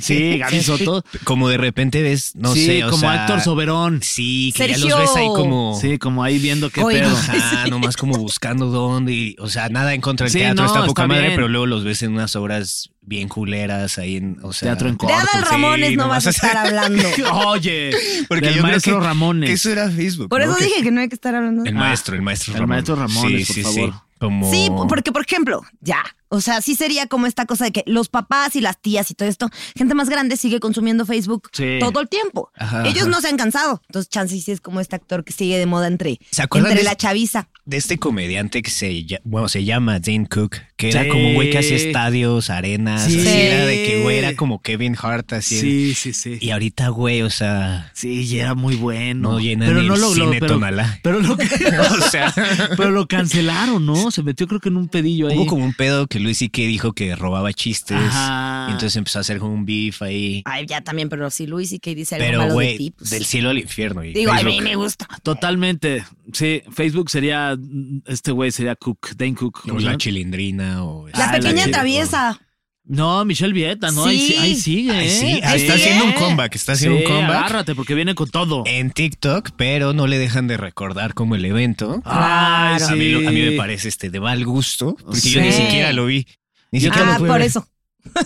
Speaker 2: Sí, Gaby Soto.
Speaker 4: Como de repente ves, no
Speaker 2: sí,
Speaker 4: sé, o
Speaker 2: como
Speaker 4: sea,
Speaker 2: Héctor Soberón.
Speaker 4: Sí, que ya
Speaker 3: Sergio.
Speaker 4: los ves ahí como.
Speaker 2: Sí, como ahí viendo qué
Speaker 3: Oiga.
Speaker 2: pedo.
Speaker 4: Ajá, nomás como buscando dónde. y- o sea, nada en contra del
Speaker 2: Sí,
Speaker 4: teatro,
Speaker 2: no,
Speaker 4: está poca
Speaker 2: está
Speaker 4: madre,
Speaker 2: bien.
Speaker 4: pero luego los ves en unas obras bien culeras ahí en. O sea,
Speaker 2: Teatro en
Speaker 3: De
Speaker 2: corto.
Speaker 3: Adal
Speaker 4: sí,
Speaker 3: Ramones no
Speaker 4: nomás
Speaker 3: vas a estar hablando.
Speaker 2: Oye, porque del
Speaker 4: yo creo
Speaker 2: maestro
Speaker 4: que-
Speaker 2: Ramones.
Speaker 4: que eso era Facebook.
Speaker 3: Por
Speaker 4: ¿no?
Speaker 3: eso
Speaker 4: Que-
Speaker 3: dije que no hay que estar hablando.
Speaker 4: El
Speaker 2: Ah,
Speaker 4: maestro, el maestro
Speaker 2: el
Speaker 4: Ramones.
Speaker 2: maestro Ramones, por favor.
Speaker 4: Como...
Speaker 3: Sí, porque por ejemplo, ya. O sea, sí sería como esta cosa de que los papás y las tías y todo esto, gente más grande sigue consumiendo Facebook
Speaker 2: Sí.
Speaker 3: todo el tiempo.
Speaker 4: Ajá,
Speaker 3: Ellos
Speaker 4: ajá.
Speaker 3: no se han cansado. Entonces, Chance sí es como este actor que sigue de moda entre,
Speaker 4: ¿Se acuerdan
Speaker 3: entre
Speaker 4: de-
Speaker 3: la chaviza.
Speaker 4: De este comediante que se, lla- bueno, se llama Dane Cook, que
Speaker 2: Sí.
Speaker 4: era como un güey que hacía estadios, arenas,
Speaker 2: Sí.
Speaker 4: así era de que güey
Speaker 2: Sí.
Speaker 4: era como Kevin Hart así.
Speaker 2: Sí, sí, sí.
Speaker 4: Y ahorita güey, o sea,
Speaker 2: Sí, y era muy bueno.
Speaker 4: No llena ni el cine
Speaker 2: pero,
Speaker 4: Tonalá.
Speaker 2: pero lo
Speaker 4: o sea,
Speaker 2: pero lo cancelaron, ¿no? Se metió creo que en un pedillo ahí.
Speaker 4: hubo como un pedo que Luis que dijo que robaba chistes.
Speaker 2: Ajá.
Speaker 4: Y entonces empezó a hacer como un beef ahí.
Speaker 3: Ay, ya también, pero sí, Luis y que dice algo
Speaker 4: Pero
Speaker 3: malo de
Speaker 4: güey,
Speaker 3: ti. pues,
Speaker 4: del cielo al infierno. y
Speaker 3: digo, a mí
Speaker 4: Facebook. Ah,
Speaker 3: me gusta.
Speaker 2: Totalmente. Sí, Facebook sería mm, este güey sería Cook, Dane Cook. ¿cómo
Speaker 4: O
Speaker 2: se
Speaker 4: la
Speaker 2: llama?
Speaker 4: chilindrina o... este,
Speaker 3: La
Speaker 2: Ah,
Speaker 3: pequeña
Speaker 2: la-
Speaker 3: traviesa.
Speaker 2: no, Michelle Vieta, no, ahí,
Speaker 3: Sí.
Speaker 2: sí- ahí sigue.
Speaker 4: Ay, sí,
Speaker 2: ¿eh?
Speaker 4: ahí está
Speaker 3: sí,
Speaker 4: haciendo
Speaker 3: ¿eh?
Speaker 4: un comeback, está haciendo
Speaker 2: Sí,
Speaker 4: un comeback. Eh,
Speaker 2: Agárrate porque viene con todo.
Speaker 4: en TikTok, pero no le dejan de recordar como el evento.
Speaker 2: Ay,
Speaker 4: A, mí, lo- a mí me
Speaker 2: sí.
Speaker 4: parece este de mal gusto, porque
Speaker 2: Sí.
Speaker 4: yo ni siquiera lo vi. Ni siquiera
Speaker 3: Ah,
Speaker 4: lo pude
Speaker 3: por
Speaker 4: ver.
Speaker 3: eso.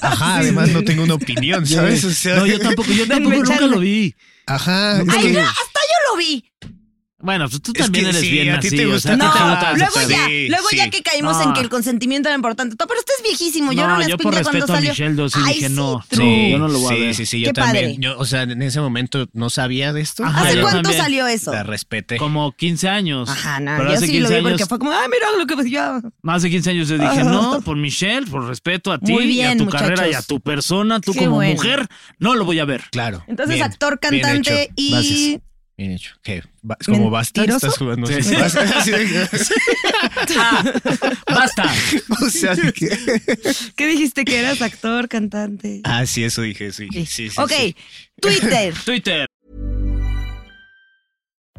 Speaker 4: Ajá, además no tengo una opinión, ¿sabes? O sea,
Speaker 2: No, yo tampoco, yo tampoco
Speaker 3: Denme
Speaker 2: nunca
Speaker 3: chance.
Speaker 2: lo vi.
Speaker 4: Ajá. es
Speaker 3: Ay,
Speaker 4: que-
Speaker 3: no, hasta yo lo vi.
Speaker 2: Bueno, pues tú
Speaker 4: Es
Speaker 2: también
Speaker 4: que
Speaker 2: eres
Speaker 4: sí,
Speaker 2: bien
Speaker 4: a ti
Speaker 2: así.
Speaker 4: te
Speaker 2: o
Speaker 4: gusta
Speaker 2: sea,
Speaker 4: tu
Speaker 2: te
Speaker 3: No,
Speaker 4: Ah,
Speaker 2: jalas
Speaker 3: luego
Speaker 2: ese
Speaker 3: ya,
Speaker 4: sí,
Speaker 3: luego ya
Speaker 4: sí. Ah.
Speaker 3: que caímos
Speaker 2: No.
Speaker 3: en que el consentimiento era importante. todo, Pero este es viejísimo. Yo no,
Speaker 2: No,
Speaker 3: les
Speaker 2: yo por
Speaker 3: pillé cuando
Speaker 2: respeto a
Speaker 3: salió.
Speaker 2: Michelle, yo sí
Speaker 3: Ay,
Speaker 2: dije,
Speaker 3: sí,
Speaker 2: no.
Speaker 3: true.
Speaker 4: Sí,
Speaker 2: Yo no lo voy a
Speaker 4: sí,
Speaker 2: ver.
Speaker 4: sí, sí, yo
Speaker 3: Qué padre.
Speaker 4: también. Yo, o sea, en ese momento no sabía de esto.
Speaker 2: Ajá,
Speaker 4: pero
Speaker 3: ¿Hace
Speaker 2: yo
Speaker 3: cuánto
Speaker 2: también.
Speaker 3: salió eso?
Speaker 4: La respeté.
Speaker 2: Como 15 años.
Speaker 3: Ajá, no,
Speaker 2: Pero
Speaker 3: yo
Speaker 2: hace
Speaker 3: sí lo
Speaker 2: 15
Speaker 3: vi porque
Speaker 2: años-
Speaker 3: fue como, ah, mira lo que pues, yo.
Speaker 2: Más de 15 años yo dije, no, por Michelle, por respeto a ti
Speaker 3: Muy
Speaker 2: y a
Speaker 3: bien,
Speaker 2: tu
Speaker 3: muchachos.
Speaker 2: carrera y a tu persona, tú
Speaker 3: Qué
Speaker 2: como
Speaker 3: bueno.
Speaker 2: mujer, no lo voy a ver.
Speaker 4: Claro.
Speaker 3: Entonces,
Speaker 4: bien,
Speaker 3: actor,
Speaker 4: bien
Speaker 3: cantante
Speaker 4: hecho.
Speaker 3: y-
Speaker 4: Gracias. Bien hecho. ¿Qué? Va- ¿Como basta?
Speaker 3: ¿Mentiroso?
Speaker 4: ¿Estás jugando? Basta. Así de-
Speaker 2: Ah. ¡Basta!
Speaker 4: o sea, de que-
Speaker 3: ¿Qué dijiste que eras actor, cantante?
Speaker 4: Ah, sí, eso dije, eso dije. Sí, sí,
Speaker 3: ok,
Speaker 4: sí.
Speaker 3: Twitter.
Speaker 2: Twitter.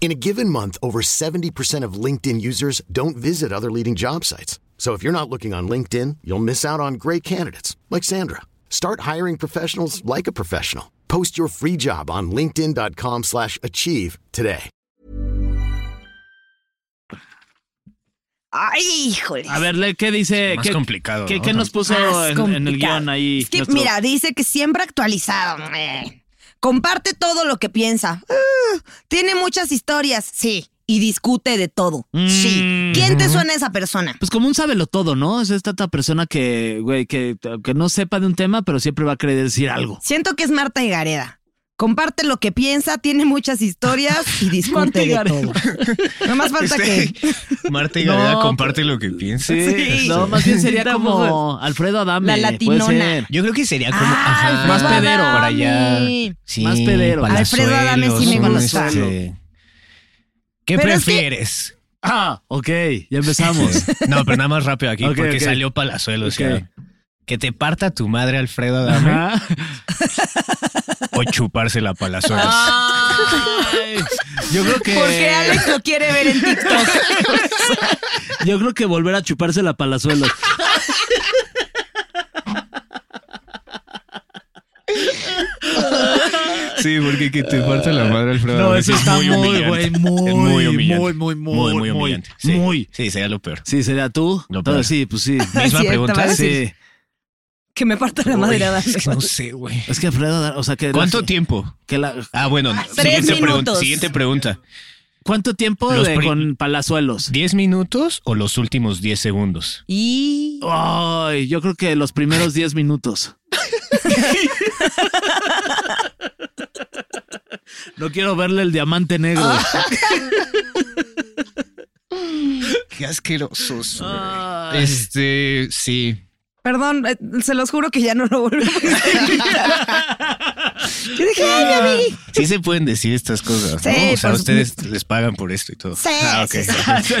Speaker 5: In a given month, over 70% of LinkedIn users don't visit other leading job sites. So if you're not looking on LinkedIn, you'll miss out on great candidates like Sandra. Start hiring professionals like a professional. Post your free job on linkedin.com/achieve slash achieve today.
Speaker 3: Ay, híjole.
Speaker 2: A ver, Le, ¿qué dice?
Speaker 4: Más
Speaker 2: Eh, ¿Qué,
Speaker 4: complicado,
Speaker 2: ¿qué,
Speaker 4: ¿no?
Speaker 2: qué nos puso
Speaker 3: Más
Speaker 2: en, en el
Speaker 3: complicado.
Speaker 2: guión ahí?
Speaker 3: Es que,
Speaker 2: nuestro-
Speaker 3: mira, dice que siempre actualizado. eh. Comparte todo lo que piensa. Uh, tiene muchas historias, sí. Y discute de todo.
Speaker 2: Mm.
Speaker 3: Sí. ¿Quién te suena esa persona?
Speaker 2: Pues como un sábelo todo, ¿no? Es esta, esta persona que, güey, que, que no sepa de un tema, pero siempre va a querer decir algo.
Speaker 3: Siento que es Marta Higareda. Comparte lo que piensa, tiene muchas historias y discute de todo. No más falta
Speaker 2: Este,
Speaker 3: que.
Speaker 4: Este, Marta y
Speaker 2: No,
Speaker 4: Gareda
Speaker 2: pero-
Speaker 4: comparte lo que piensa.
Speaker 3: Sí.
Speaker 2: No, más bien sería
Speaker 3: Tampoco.
Speaker 2: como Alfredo Adame.
Speaker 3: La latinona.
Speaker 2: puede ser.
Speaker 4: Yo creo que sería como
Speaker 3: Ah,
Speaker 4: ajá,
Speaker 3: Alfredo
Speaker 4: más pedero
Speaker 3: Adame.
Speaker 4: para allá. Sí,
Speaker 2: Más pedero.
Speaker 3: Alfredo Adame sí me
Speaker 4: Palazuelos,
Speaker 3: gusta.
Speaker 4: un, este, ¿Qué
Speaker 3: Pero es que-
Speaker 4: prefieres?
Speaker 2: Ah, ok, ya empezamos.
Speaker 4: No, pero nada más rápido aquí,
Speaker 2: Ok,
Speaker 4: porque
Speaker 2: ok.
Speaker 4: salió Palazuelos. ya.
Speaker 2: Ok.
Speaker 4: Que te parta tu madre, Alfredo Adame,
Speaker 2: Ajá.
Speaker 4: o chupársela a Palazuelos.
Speaker 3: Ah.
Speaker 2: Ay, yo creo que.
Speaker 3: Porque Alex lo quiere ver en TikTok.
Speaker 2: Yo creo que volver a chuparse la palazuelos.
Speaker 4: Sí, porque que te parta la madre, Alfredo
Speaker 2: No,
Speaker 4: Adame,
Speaker 2: eso
Speaker 4: es
Speaker 2: está muy, güey,
Speaker 4: humillante.
Speaker 2: muy, muy,
Speaker 4: Es
Speaker 2: muy, muy,
Speaker 4: muy,
Speaker 2: muy,
Speaker 4: muy humillante. Sí,
Speaker 2: muy.
Speaker 4: sí, sería lo peor.
Speaker 2: Sí, sería tú.
Speaker 4: No,
Speaker 2: Entonces,
Speaker 4: pero-
Speaker 2: sí, pues sí.
Speaker 4: Misma
Speaker 3: Cierto, va a
Speaker 4: pregunta.
Speaker 3: decir.
Speaker 2: Sí.
Speaker 3: Que me parta la madre. Adame.
Speaker 4: Es que no sé, güey.
Speaker 2: Es que Alfredo, Adame, o sea, que. la-
Speaker 4: ¿Cuánto tiempo?
Speaker 2: que la-
Speaker 4: Ah, bueno,
Speaker 3: Tres
Speaker 4: siguiente pregunta.
Speaker 3: minutos.
Speaker 4: Siguiente pregunta.
Speaker 2: ¿Cuánto tiempo
Speaker 4: Los
Speaker 2: de-
Speaker 4: pri-
Speaker 2: con palazuelos?
Speaker 4: ¿10 minutos o los últimos 10 segundos?
Speaker 3: Y.
Speaker 2: Ay, yo creo que los primeros 10 minutos. No quiero verle el diamante negro.
Speaker 4: Qué asquerosos. Este, sí.
Speaker 3: Perdón, eh, se los juro que ya no lo volvemos a hacer. Yo dije,
Speaker 2: Ah,
Speaker 3: ay, mi amigo.
Speaker 4: Sí se pueden decir estas cosas, ¿no?
Speaker 3: Sí,
Speaker 4: o sea,
Speaker 3: por
Speaker 4: ustedes les pagan por esto y todo.
Speaker 3: Sí,
Speaker 4: Ah, ok.
Speaker 3: sí, sí.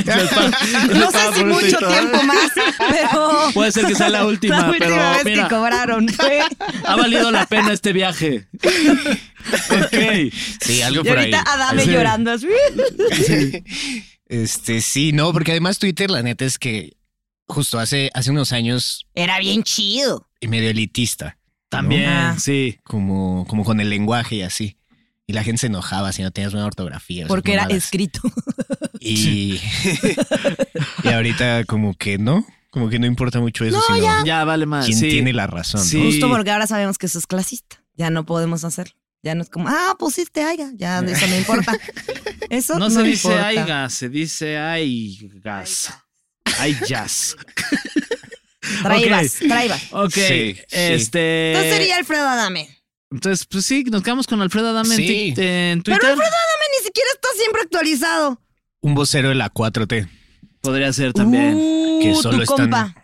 Speaker 3: No sé si mucho tiempo más, pero.
Speaker 2: Puede ser que sea la última,
Speaker 3: La última
Speaker 2: pero
Speaker 3: vez
Speaker 2: mira.
Speaker 3: que cobraron fue.
Speaker 2: Ha valido la pena este viaje. Ok.
Speaker 4: Sí, algo
Speaker 3: Y
Speaker 4: por ahí.
Speaker 3: ahorita Adame
Speaker 2: Sí.
Speaker 3: llorando así.
Speaker 4: Este, sí, no, porque además Twitter, la neta es que justo hace, hace unos años eh,
Speaker 3: Era bien chido.
Speaker 4: medio elitista.
Speaker 2: También,
Speaker 3: Ah.
Speaker 2: sí.
Speaker 4: Como, como con el lenguaje y así. Y la gente se enojaba si no tenías buena ortografía. esas
Speaker 3: Porque era
Speaker 4: mamadas.
Speaker 3: escrito.
Speaker 4: Y, y ahorita como que no, como que no importa mucho eso, sino
Speaker 2: Ya vale más.
Speaker 4: quién
Speaker 2: sí.
Speaker 4: tiene la razón. ¿no?
Speaker 2: Sí.
Speaker 3: Justo porque ahora sabemos que eso es clasista. Ya no podemos hacerlo. Ya no es como, ah, pusiste aiga. Ya de eso no importa. Eso
Speaker 2: No,
Speaker 3: no,
Speaker 2: se
Speaker 3: me
Speaker 2: dice
Speaker 3: importa.
Speaker 2: aiga, se dice aigas. Aigas.
Speaker 3: Traibas, traibas.
Speaker 2: Ok.
Speaker 4: Sí, sí.
Speaker 2: este.
Speaker 4: Eh,
Speaker 3: Entonces sería Alfredo Adame.
Speaker 2: Entonces, pues sí, nos quedamos con Alfredo Adame en
Speaker 4: Sí.
Speaker 2: tic- en Twitter.
Speaker 3: Pero Alfredo Adame ni siquiera está siempre actualizado.
Speaker 4: Un vocero de la 4T.
Speaker 2: Podría ser también.
Speaker 3: Uh,
Speaker 4: que solo
Speaker 3: tu
Speaker 4: están-
Speaker 3: compa.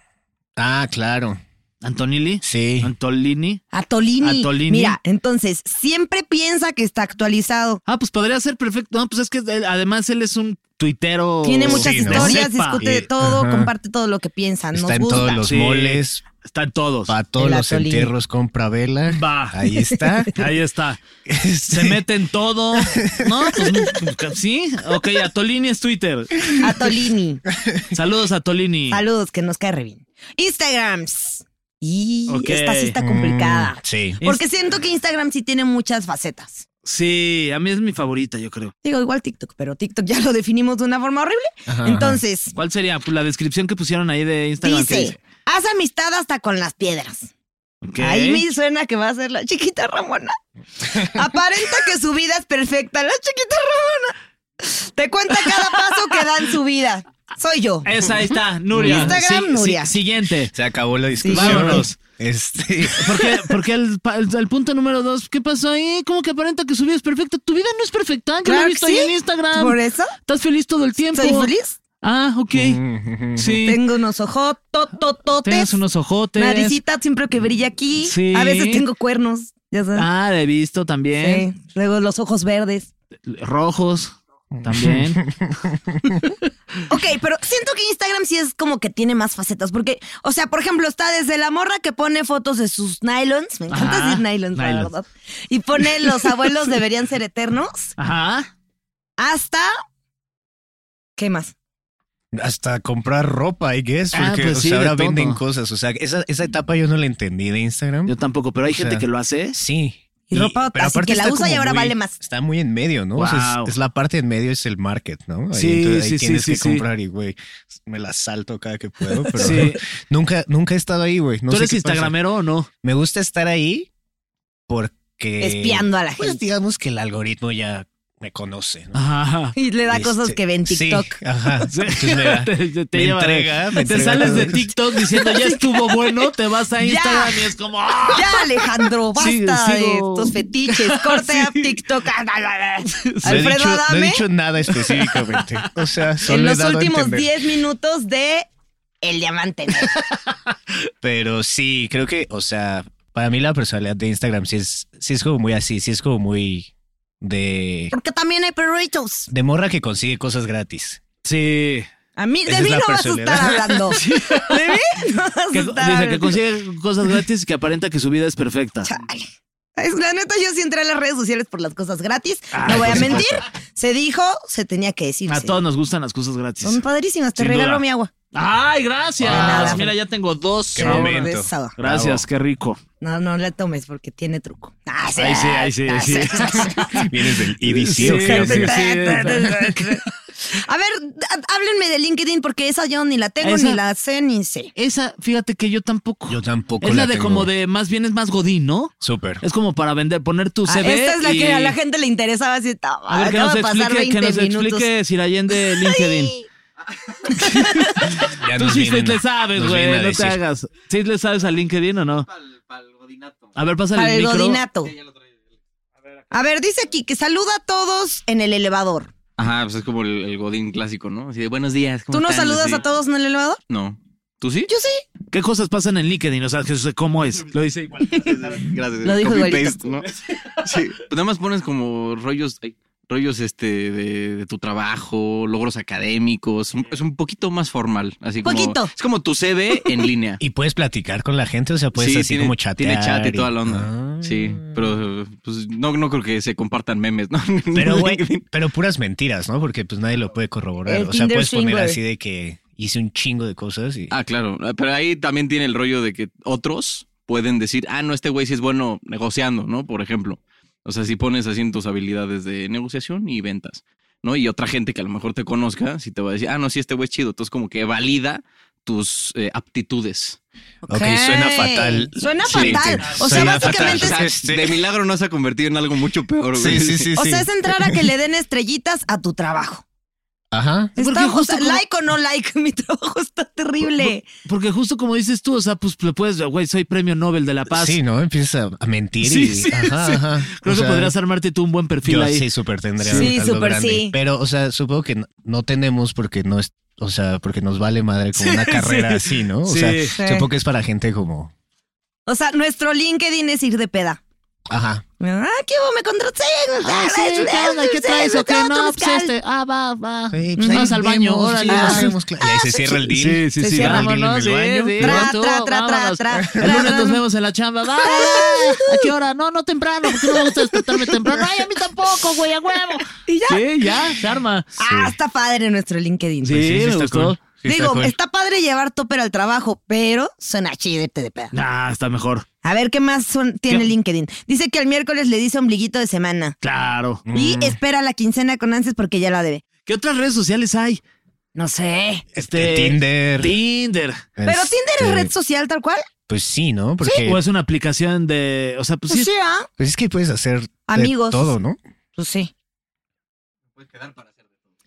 Speaker 4: Ah, claro.
Speaker 2: Antonili.
Speaker 4: Sí.
Speaker 2: Antolini.
Speaker 3: Atolini.
Speaker 2: Atolini.
Speaker 3: Mira, entonces, siempre piensa que está actualizado.
Speaker 2: Ah, pues podría ser perfecto. No, pues es que eh, además él es un tuitero.
Speaker 3: Tiene muchas
Speaker 4: Oh, Sí, ¿no?
Speaker 3: historias,
Speaker 2: Sepa.
Speaker 3: discute de
Speaker 4: Sí,
Speaker 3: todo,
Speaker 4: ajá.
Speaker 3: comparte todo lo que piensa. Nos
Speaker 4: Está en
Speaker 3: gusta.
Speaker 4: todos los
Speaker 2: Sí.
Speaker 4: moles,
Speaker 2: Están todos.
Speaker 4: para todos
Speaker 3: El
Speaker 4: los
Speaker 3: atolín.
Speaker 4: entierros compra vela.
Speaker 2: Va.
Speaker 4: Ahí está.
Speaker 2: Ahí está. Se mete en todo. No, pues sí. Ok, Atolini es Twitter.
Speaker 3: Atolini.
Speaker 2: Saludos a Tolini.
Speaker 3: Saludos, que nos cae re bien. Instagrams. Y
Speaker 2: Ok.
Speaker 3: esta sí está complicada.
Speaker 4: Mm, sí.
Speaker 3: Porque siento que Instagram sí tiene muchas facetas.
Speaker 2: Sí, a mí es mi favorita, yo creo.
Speaker 3: Digo, igual TikTok, pero TikTok ya lo definimos de una forma horrible. Entonces,
Speaker 2: ¿Cuál sería? Pues la descripción que pusieron ahí de Instagram. ¿qué
Speaker 3: dice, haz amistad hasta con las piedras.
Speaker 2: Ok.
Speaker 3: Ahí me suena que va a ser la chiquita Ramona. Aparenta que su vida es perfecta, la chiquita Ramona. Te cuenta cada paso que da en su vida. Soy yo.
Speaker 2: Esa ahí está, Nuria.
Speaker 3: Instagram, Nuria.
Speaker 2: siguiente.
Speaker 4: Se acabó la discusión.
Speaker 2: Vámonos.
Speaker 4: Este.
Speaker 2: Porque, porque el, pa- el- el punto número dos, ¿qué pasó ahí? Como que aparenta que su vida es perfecta. Tu vida no es perfecta. Yo lo he
Speaker 3: Claro
Speaker 2: visto
Speaker 3: que
Speaker 2: ahí
Speaker 3: sí.
Speaker 2: en Instagram.
Speaker 3: Por eso,
Speaker 2: Estás feliz todo el Em, tiempo.
Speaker 3: soy feliz.
Speaker 2: Ah, ok. Sí.
Speaker 3: Tengo unos ojos,
Speaker 2: Tienes unos ojotes.
Speaker 3: naricita siempre que brilla aquí.
Speaker 2: Sí.
Speaker 3: A veces tengo cuernos, ya sabes.
Speaker 2: Ah, la he visto también.
Speaker 3: Sí. Luego los ojos verdes.
Speaker 2: Rojos. También.
Speaker 3: Ok, pero siento que Instagram sí es como que tiene más facetas, porque, o sea, por ejemplo, está desde la morra que pone fotos de sus nylons, me encanta
Speaker 2: Ajá,
Speaker 3: decir nylons, la
Speaker 2: nylons.
Speaker 3: verdad, y pone los abuelos deberían ser eternos,
Speaker 2: Ajá.
Speaker 3: hasta... ¿Qué más?
Speaker 4: Hasta comprar ropa, I guess,
Speaker 2: Ah,
Speaker 4: porque
Speaker 2: pues
Speaker 4: o
Speaker 2: sí,
Speaker 4: sea,
Speaker 2: de
Speaker 4: ahora
Speaker 2: todo.
Speaker 4: venden cosas. O sea, esa, esa etapa yo no la entendí de Instagram.
Speaker 2: Yo tampoco, pero hay
Speaker 4: O
Speaker 2: gente
Speaker 4: sea,
Speaker 2: que lo hace.
Speaker 4: Sí.
Speaker 3: Y ropa así
Speaker 4: aparte
Speaker 3: que la
Speaker 4: está
Speaker 3: usa y
Speaker 4: como
Speaker 3: ahora
Speaker 4: muy-
Speaker 3: vale más.
Speaker 4: Está muy en medio, ¿no? O sea,
Speaker 2: Wow.
Speaker 4: es, es la parte en medio, es el market, ¿no? Ahí,
Speaker 2: Sí,
Speaker 4: entonces, ahí
Speaker 2: sí, sí,
Speaker 4: tienes
Speaker 2: sí,
Speaker 4: que
Speaker 2: sí.
Speaker 4: comprar y, güey, me la salto cada que puedo, pero
Speaker 2: Sí.
Speaker 4: nunca, nunca he estado ahí, güey. No
Speaker 2: ¿Tú
Speaker 4: sé
Speaker 2: eres
Speaker 4: qué pasa.
Speaker 2: instagramero o no?
Speaker 4: Me gusta estar ahí porque...
Speaker 3: Espiando a la
Speaker 4: Pues
Speaker 3: gente.
Speaker 4: digamos que el algoritmo ya me conoce, ¿no?
Speaker 2: Ajá.
Speaker 3: Y le da cosas
Speaker 4: Este,
Speaker 3: que ve en
Speaker 4: sí,
Speaker 3: TikTok.
Speaker 4: ajá.
Speaker 2: Pues,
Speaker 4: Entonces me da-
Speaker 2: te,
Speaker 4: me
Speaker 2: lleva de-
Speaker 4: entrega, me
Speaker 2: te
Speaker 4: entrega
Speaker 2: sales de
Speaker 4: todo.
Speaker 2: TikTok diciendo ya estuvo bueno, te vas a
Speaker 3: Ya.
Speaker 2: Instagram y es como ¡ah!
Speaker 3: Ya, Alejandro, basta
Speaker 2: Sí,
Speaker 3: de
Speaker 2: sigo.
Speaker 3: estos fetiches. Corte a
Speaker 2: Sí.
Speaker 3: TikTok.
Speaker 4: No he,
Speaker 3: Alfredo
Speaker 4: dicho, no he
Speaker 3: Adame,
Speaker 4: dicho nada específicamente. O sea, solo
Speaker 3: en
Speaker 4: he
Speaker 3: los
Speaker 4: dado a
Speaker 3: últimos
Speaker 4: entender.
Speaker 3: 10 minutos de El Diamante Negro.
Speaker 4: Pero sí, creo que, o sea, para mí la personalidad de Instagram sí es, sí es como muy así, sí es como muy de,
Speaker 3: Porque también hay perritos.
Speaker 4: de morra que consigue cosas gratis.
Speaker 2: Sí.
Speaker 3: A mí, de
Speaker 4: Esa
Speaker 3: mí
Speaker 4: es la
Speaker 3: no vas a
Speaker 4: personalidad.
Speaker 3: estar hablando. De mí no vas a
Speaker 2: Que- dice
Speaker 3: estar
Speaker 2: que
Speaker 3: hablando.
Speaker 2: consigue cosas gratis y que aparenta que su vida es perfecta.
Speaker 3: Chale. Es- La neta, yo sí entré a las redes sociales por las cosas gratis.
Speaker 2: Ay,
Speaker 3: no voy a
Speaker 2: Ah, por
Speaker 3: mentir. Se dijo, se tenía que decir.
Speaker 2: A
Speaker 3: sí.
Speaker 2: todos nos gustan las cosas gratis.
Speaker 3: Son padrísimas. Te
Speaker 2: Sin
Speaker 3: regalo
Speaker 2: duda.
Speaker 3: mi agua.
Speaker 2: Ay, gracias.
Speaker 4: De nada.
Speaker 2: Mira, ya tengo dos.
Speaker 4: Qué
Speaker 2: ahora.
Speaker 4: momento.
Speaker 3: Besado.
Speaker 2: Gracias, qué rico.
Speaker 3: No, no la tomes porque tiene truco. Ah,
Speaker 2: Ahí sí, ahí sí, ahí sí.
Speaker 4: Vienes del
Speaker 2: Sí,
Speaker 4: EDC. ¿o qué?
Speaker 2: sí, sí.
Speaker 3: A ver, há- háblenme de LinkedIn porque esa yo ni la tengo,
Speaker 2: Esa-
Speaker 3: ni la sé, ni sé.
Speaker 2: Esa, fíjate que yo tampoco.
Speaker 4: Yo tampoco.
Speaker 2: es la, de
Speaker 4: tengo.
Speaker 2: como de más bien es más godín, ¿no?
Speaker 4: Súper.
Speaker 2: Es como para vender, poner tu
Speaker 3: Ah,
Speaker 2: CV.
Speaker 3: esta es la
Speaker 2: Pues y-
Speaker 3: que a la gente le interesaba. Así,
Speaker 2: A ver, que
Speaker 3: acaba
Speaker 2: nos
Speaker 3: de pasar
Speaker 2: explique, que
Speaker 3: 20
Speaker 2: nos
Speaker 3: minutos.
Speaker 2: explique Sir Allende LinkedIn.
Speaker 4: Ya
Speaker 2: Tú
Speaker 4: nos
Speaker 2: sí
Speaker 4: vienen-
Speaker 2: le sabes,
Speaker 4: nos
Speaker 2: güey,
Speaker 4: vienen
Speaker 2: no
Speaker 4: a
Speaker 2: te
Speaker 4: decir.
Speaker 2: hagas. ¿Sí le sabes a LinkedIn o no? A ver, pásale
Speaker 3: Para
Speaker 2: el
Speaker 3: el
Speaker 2: micro.
Speaker 3: godinato. A ver, dice aquí que saluda a todos en el elevador.
Speaker 6: Ajá, pues es como el, el godín clásico, ¿no? Así de buenos días. ¿cómo
Speaker 3: ¿Tú no
Speaker 6: están?"
Speaker 3: saludas
Speaker 6: Así.
Speaker 3: a todos en el elevador?
Speaker 6: No. ¿Tú sí?
Speaker 3: Yo sí.
Speaker 2: ¿Qué cosas pasan en LinkedIn? O sea, Jesús, ¿cómo es? Lo dice igual.
Speaker 6: Gracias.
Speaker 3: Lo dijo
Speaker 6: Copy
Speaker 3: igualito.
Speaker 6: paste, ¿no? Sí. Pues nada más pones como rollos, ay, rollos este de, de tu trabajo, logros académicos. un- Es un poquito más formal. Así como.
Speaker 3: Poquito.
Speaker 6: Es como tu CV en línea.
Speaker 4: Y puedes platicar con la gente, o sea, puedes
Speaker 6: Sí,
Speaker 4: así
Speaker 6: tiene-
Speaker 4: como chatear.
Speaker 6: Tiene chat y toda la onda.
Speaker 4: Ah.
Speaker 6: Sí. Pero pues no, no creo que se compartan memes, ¿no?
Speaker 4: Pero, güey, pero puras mentiras, ¿no? Porque pues nadie lo puede corroborar.
Speaker 3: El
Speaker 4: o sea,
Speaker 3: Tinder
Speaker 4: puedes poner
Speaker 3: swinger.
Speaker 4: así de que hice un chingo de cosas y...
Speaker 6: Ah, claro. Pero ahí también tiene el rollo de que otros pueden decir, ah, no, este güey sí es bueno negociando, ¿no? Por ejemplo. O sea, si pones así en tus habilidades de negociación y ventas, ¿no? Y otra gente que a lo mejor te conozca, si te va a decir, ah, no, sí, este güey es chido. Entonces, como que valida tus eh, aptitudes.
Speaker 4: Ok, suena fatal.
Speaker 3: Suena
Speaker 4: Sí,
Speaker 3: fatal.
Speaker 4: sí.
Speaker 3: O sea,
Speaker 4: Suena
Speaker 3: básicamente
Speaker 4: fatal.
Speaker 3: es-
Speaker 6: O sea, de milagro no se ha convertido en algo mucho peor, güey.
Speaker 3: O sea, es entrar a que le den estrellitas a tu trabajo.
Speaker 4: Ajá.
Speaker 3: Está,
Speaker 2: Porque
Speaker 3: o
Speaker 2: justo
Speaker 3: sea,
Speaker 2: como-
Speaker 3: like o no like, mi trabajo está terrible.
Speaker 2: Porque justo como dices tú, o sea, pues le puedes, güey, soy premio Nobel de la Paz.
Speaker 4: Sí, ¿no? Empiezas a- a mentir
Speaker 2: Sí,
Speaker 4: y...
Speaker 2: sí,
Speaker 4: ajá,
Speaker 2: sí.
Speaker 4: ajá.
Speaker 2: Creo
Speaker 4: O
Speaker 2: que
Speaker 4: sea,
Speaker 2: podrías armarte tú un buen perfil
Speaker 4: yo
Speaker 2: ahí.
Speaker 4: sí súper tendría
Speaker 3: Sí,
Speaker 4: algo
Speaker 3: súper
Speaker 4: grande.
Speaker 3: sí.
Speaker 4: Pero, o sea, supongo que no, no tenemos porque no es... O sea, porque nos vale madre como una carrera así, ¿no? O
Speaker 2: Sí.
Speaker 4: sea,
Speaker 2: Sí.
Speaker 4: supongo que es para gente como...
Speaker 3: O sea, nuestro LinkedIn es ir de peda.
Speaker 4: Ajá.
Speaker 3: Ah, ¿qué hubo? Me contraté.
Speaker 2: Ah, sí, ¿qué onda? ¿Qué traes? ¿O qué? No, pues este. Ah, va, va.
Speaker 4: pues,
Speaker 2: Vamos al baño, órale.
Speaker 4: Ah,
Speaker 2: va.
Speaker 4: hacemos cla- y ahí se cierra el deal.
Speaker 2: Sí, sí,
Speaker 3: Se
Speaker 2: sí.
Speaker 3: cierra,
Speaker 4: Vámonos,
Speaker 2: vámonos,
Speaker 4: en
Speaker 2: sí,
Speaker 4: el baño.
Speaker 2: sí,
Speaker 3: Tra,
Speaker 2: vas tú,
Speaker 3: tra, tra,
Speaker 2: vámonos.
Speaker 3: tra, tra.
Speaker 2: El lunes
Speaker 3: Tra,
Speaker 2: nos
Speaker 3: tra.
Speaker 2: vemos en la chamba. Va, va, va. ¿A qué hora? No, no temprano, porque no me gusta despertarme temprano. Ay, a mí tampoco, güey, a huevo.
Speaker 3: Y ya.
Speaker 2: Sí, ya, se arma. Pues
Speaker 3: Ah, está padre nuestro LinkedIn.
Speaker 2: Sí, me gustó.
Speaker 3: Digo, está padre llevar topper al trabajo, pero suena chido irte de peda.
Speaker 2: Nah, está mejor.
Speaker 3: A ver qué más son- tiene
Speaker 2: ¿Qué?
Speaker 3: LinkedIn. Dice que el miércoles le dice ombliguito de semana.
Speaker 2: Claro.
Speaker 4: Mm.
Speaker 3: Y este espera la quincena con ansias porque ya la debe.
Speaker 2: ¿Qué otras redes sociales hay?
Speaker 3: No sé.
Speaker 2: Este,
Speaker 4: Tinder.
Speaker 2: Tinder.
Speaker 3: Pero Tinder es
Speaker 4: este,
Speaker 3: red social tal cual.
Speaker 4: Pues sí, ¿no? Porque
Speaker 2: O es una aplicación de. O sea, pues sí.
Speaker 3: Pues sí, ¿ah?
Speaker 4: pues es que puedes hacer de
Speaker 3: Amigos.
Speaker 4: todo, ¿no?
Speaker 3: Pues sí.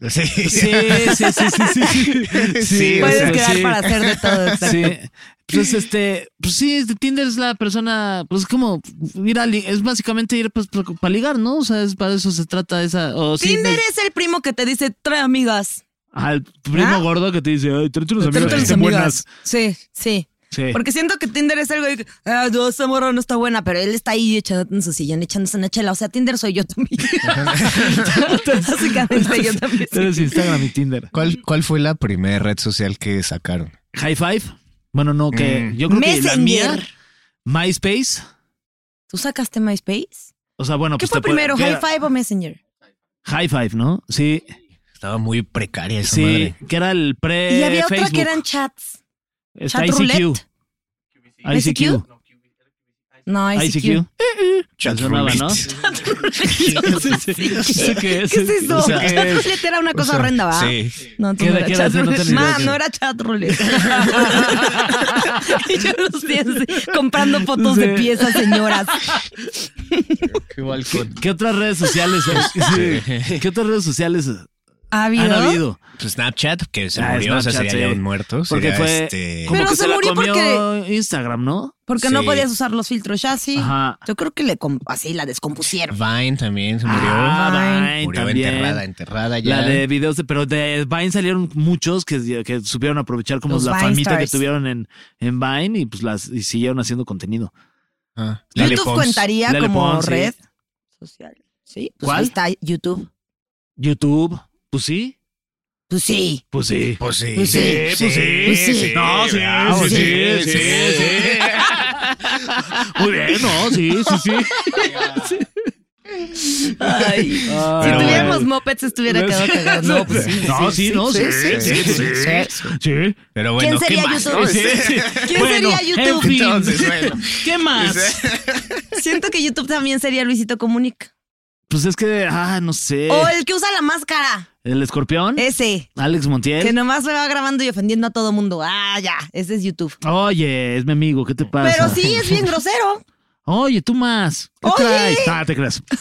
Speaker 4: Sí.
Speaker 2: Sí, sí, sí, sí, sí, sí. Sí,
Speaker 4: Sí, o
Speaker 2: pues,
Speaker 3: Puedes
Speaker 4: sea,
Speaker 3: quedar
Speaker 2: sí.
Speaker 3: para hacer de todo. exacto.
Speaker 2: Sí. Pues este, pues sí, este, Tinder es la persona, pues es como ir a li- es básicamente ir pues para ligar, ¿no? O sea, es para eso se trata esa. O sí,
Speaker 3: Tinder
Speaker 2: de-
Speaker 3: es el primo que te dice, trae amigas.
Speaker 2: al primo
Speaker 3: ¿Ah?
Speaker 2: gordo que te dice, ay, tráete unos amigos que
Speaker 3: Tráete
Speaker 2: estén
Speaker 3: amigas.
Speaker 2: buenas.
Speaker 3: Sí, sí.
Speaker 2: Sí.
Speaker 3: Porque siento que Tinder es algo de que, ah, no, esa morra no está buena, pero él está ahí echado en su sillón, echándose una chela. O sea, Tinder soy yo también. Básicamente yo también. soy-
Speaker 2: Eres Instagram y Tinder.
Speaker 4: ¿Cuál, ¿Cuál fue la primera red social que sacaron?
Speaker 2: High Five. Bueno, no, que yo creo que la mía.
Speaker 3: Messenger.
Speaker 2: MySpace.
Speaker 3: ¿Tú sacaste MySpace?
Speaker 2: O sea, bueno,
Speaker 3: ¿Qué
Speaker 2: pues
Speaker 3: fue
Speaker 2: te puede-
Speaker 3: primero,
Speaker 2: que
Speaker 3: High
Speaker 2: era-
Speaker 3: Five o Messenger?
Speaker 2: High Five, ¿no? Sí,
Speaker 4: Estaba muy precaria esa
Speaker 2: sí,
Speaker 4: madre.
Speaker 2: que era el pre
Speaker 3: y había otra
Speaker 2: Eh, Facebook.
Speaker 3: que eran chats.
Speaker 2: Está
Speaker 3: chat
Speaker 2: ICQ.
Speaker 3: roulette. ICQ. No, ICQ.
Speaker 2: ICQ.
Speaker 4: Chat
Speaker 2: Sonaba, ¿no?
Speaker 4: roulette.
Speaker 2: Sí, sí. ¿Eso qué es?
Speaker 3: ¿Qué es eso?
Speaker 2: O sea,
Speaker 3: Chat roulette era una cosa horrenda, ¿va?
Speaker 4: Sí.
Speaker 3: No, tú
Speaker 2: ¿Qué
Speaker 3: no
Speaker 2: era-
Speaker 3: era
Speaker 2: qué era?
Speaker 3: chat
Speaker 2: Sí, no
Speaker 3: roulette.
Speaker 2: tenía idea
Speaker 3: Ma,
Speaker 2: qué
Speaker 3: no era chat roulette. y yo los vi así, comprando fotos de
Speaker 2: Sí.
Speaker 3: piezas, señoras.
Speaker 2: ¿Qué otras redes sociales? Sí. ¿Qué otras redes sociales
Speaker 3: ¿Ha habido?
Speaker 2: han habido?
Speaker 4: Pues Snapchat, que se
Speaker 2: Ah,
Speaker 4: murió, o sea,
Speaker 2: Snapchat,
Speaker 4: sería
Speaker 2: sí.
Speaker 4: ya un muerto.
Speaker 2: Porque
Speaker 4: sería,
Speaker 2: fue-
Speaker 4: este,
Speaker 2: Como
Speaker 3: Pero
Speaker 2: que
Speaker 3: se
Speaker 2: se la
Speaker 3: murió
Speaker 2: comió Instagram, ¿no?
Speaker 3: Porque no
Speaker 4: Sí.
Speaker 3: podías usar los filtros ya, sí.
Speaker 2: Ajá.
Speaker 3: Yo creo que le com- así la descompusieron.
Speaker 4: Vine también se murió.
Speaker 2: Ah, Vine
Speaker 4: murió
Speaker 2: también.
Speaker 4: enterrada, enterrada ya.
Speaker 2: La de videos, de- pero de Vine salieron muchos que, que supieron aprovechar como
Speaker 3: Los
Speaker 2: la
Speaker 3: Vine
Speaker 2: famita que
Speaker 3: stars.
Speaker 2: tuvieron en, en Vine y pues las y siguieron haciendo contenido.
Speaker 4: Ah, Lale
Speaker 3: ¿YouTube
Speaker 4: Pons.
Speaker 3: contaría
Speaker 2: Lale
Speaker 3: como
Speaker 2: Pons, sí.
Speaker 3: red social? Sí. Pues
Speaker 2: ¿Cuál?
Speaker 3: ahí está YouTube.
Speaker 2: YouTube, pues sí,
Speaker 3: Pues sí.
Speaker 2: pues sí.
Speaker 4: Pues sí.
Speaker 3: Pues sí.
Speaker 4: pues sí.
Speaker 3: Pues sí.
Speaker 2: No, sí,
Speaker 4: ah, pues
Speaker 2: sí, sí,
Speaker 4: sí,
Speaker 2: sí, Muy bien, no, sí, sí, sí.
Speaker 3: Ay, si
Speaker 2: Pero
Speaker 3: tuviéramos
Speaker 2: bueno.
Speaker 3: mopeds estuviera quedado cagado. No, pues sí.
Speaker 2: No, sí, no, sí, sí, sí, sí, sí.
Speaker 4: Pero
Speaker 3: ¿Quién
Speaker 4: bueno, ¿qué
Speaker 3: sería
Speaker 4: más?
Speaker 3: YouTube? ¿Quién
Speaker 2: Bueno,
Speaker 3: sería YouTube?
Speaker 2: en fin.
Speaker 4: Entonces, bueno.
Speaker 7: ¿Qué más?
Speaker 3: Siento que YouTube también sería Luisito Comunica.
Speaker 2: Pues es que, ah, no sé.
Speaker 3: O el que usa la máscara.
Speaker 2: El escorpión,
Speaker 3: Ese.
Speaker 2: Alex Montiel.
Speaker 3: eh, Que nomás se va grabando y ofendiendo a todo mundo. Ah, ya. Ese es YouTube.
Speaker 2: Oye, es mi amigo, ¿qué te pasa?
Speaker 3: Pero sí es bien grosero.
Speaker 2: Oye, tú más. ¿Qué
Speaker 3: Oye.
Speaker 2: traes? Ah, te creas.
Speaker 3: O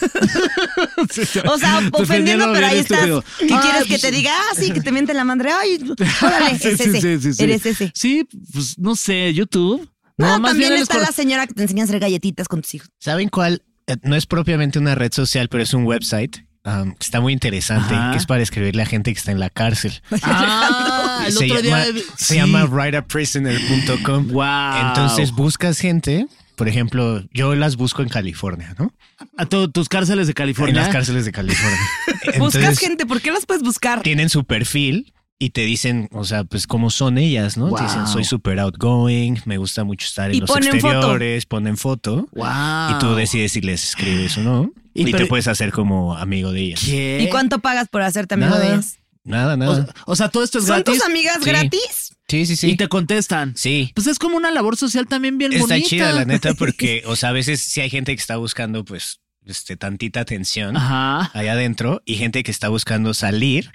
Speaker 3: sea, ofendiendo,
Speaker 2: Defendiendo
Speaker 3: pero ahí
Speaker 2: bien
Speaker 3: estás.
Speaker 2: estúpido.
Speaker 3: ¿Qué
Speaker 2: Ah,
Speaker 3: quieres que
Speaker 2: pues-
Speaker 3: te diga? Ah, sí, que te miente la madre. Ay, órale, es
Speaker 2: Sí, sí,
Speaker 3: ese.
Speaker 2: sí, sí, sí.
Speaker 3: Eres ese.
Speaker 2: Sí, pues no sé, YouTube.
Speaker 3: No,
Speaker 2: más
Speaker 3: también
Speaker 2: bien el
Speaker 3: está
Speaker 2: escorp-
Speaker 3: la señora que te enseña a hacer galletitas con tus hijos.
Speaker 4: ¿Saben cuál? Eh, No es propiamente una red social, pero es un website um, que está muy interesante,
Speaker 2: Ajá.
Speaker 4: que es para escribirle a gente que está en la cárcel.
Speaker 2: Ah, el
Speaker 4: se,
Speaker 2: otro
Speaker 4: llama,
Speaker 2: día.
Speaker 4: se llama writeaprisoner.com.
Speaker 2: Wow.
Speaker 4: Entonces buscas gente, por ejemplo, yo las busco en California, ¿no?
Speaker 2: A tu- Ah, tus cárceles de
Speaker 4: En
Speaker 2: California.
Speaker 4: las cárceles de California.
Speaker 3: Buscas
Speaker 4: Entonces,
Speaker 3: gente, ¿por qué las puedes buscar?
Speaker 4: tienen su perfil y te dicen, o sea, pues cómo son ellas, ¿no? Te dicen,
Speaker 2: Wow.
Speaker 4: soy super outgoing, me gusta mucho estar en
Speaker 3: Y
Speaker 4: los
Speaker 3: ponen foto.
Speaker 4: exteriores, ponen foto.
Speaker 2: wow.
Speaker 4: Y tú decides si les escribes o no.
Speaker 2: Y
Speaker 4: Y,
Speaker 2: pero-
Speaker 4: te puedes hacer como amigo de ellas.
Speaker 2: ¿Qué?
Speaker 3: ¿Y cuánto pagas por hacerte amigo
Speaker 4: Nada.
Speaker 3: de ellas?
Speaker 4: Nada,
Speaker 2: O,
Speaker 4: nada.
Speaker 2: sea- o sea, todo esto es
Speaker 3: ¿Son
Speaker 2: gratis.
Speaker 3: tus amigas
Speaker 4: Sí.
Speaker 3: gratis?
Speaker 4: sí, sí,
Speaker 2: Y te contestan.
Speaker 4: Sí.
Speaker 2: Pues es como una labor social también bien
Speaker 4: Está
Speaker 2: bonita.
Speaker 4: chida, la neta, porque, o sea, a veces sí hay gente que está buscando, pues, este, tantita atención
Speaker 2: Ajá.
Speaker 4: allá adentro y gente que está buscando salir.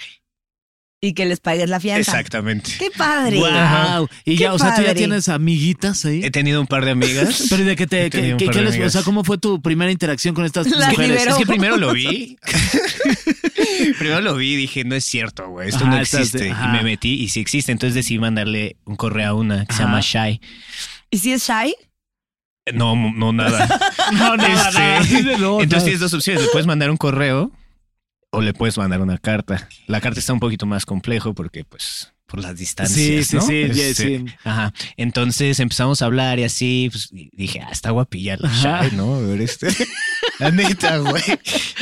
Speaker 3: Y que les pagues la fianza.
Speaker 4: Exactamente.
Speaker 3: ¡Qué padre!
Speaker 2: Wow. Y
Speaker 3: Qué
Speaker 2: ya, o sea, tú ya
Speaker 3: padre.
Speaker 2: tienes amiguitas ahí.
Speaker 4: He tenido un par de amigas.
Speaker 2: Pero de que te,
Speaker 4: He tenido
Speaker 2: que,
Speaker 4: un
Speaker 2: que-
Speaker 4: par
Speaker 2: que
Speaker 4: de
Speaker 2: les- o
Speaker 4: amigas.
Speaker 2: sea, ¿cómo fue tu primera interacción con estas
Speaker 3: La
Speaker 2: mujeres?
Speaker 3: liberó.
Speaker 4: Es que primero lo vi. primero lo vi y dije, no es cierto, güey. Esto
Speaker 2: Ajá,
Speaker 4: no
Speaker 2: estás de-
Speaker 4: existe.
Speaker 2: ajá.
Speaker 4: Y me metí y sí existe. Entonces decidí mandarle un correo a una que se
Speaker 2: Ajá.
Speaker 4: llama Shai.
Speaker 3: ¿Y si es shy?
Speaker 4: No, no, nada.
Speaker 2: No, no,
Speaker 4: Este,
Speaker 2: no, no, no.
Speaker 4: Entonces tienes dos opciones. Le puedes mandar un correo o le puedes mandar una carta. La carta está un poquito más complejo porque, pues, por las distancias.
Speaker 2: Sí, sí,
Speaker 4: ¿no?
Speaker 2: sí, ya,
Speaker 4: Este,
Speaker 2: sí.
Speaker 4: Ajá. Entonces empezamos a hablar y así, pues, y dije, ah, está guapilla la
Speaker 2: Ajá.
Speaker 4: Shai, ¿no? A ver, este. La neta, güey.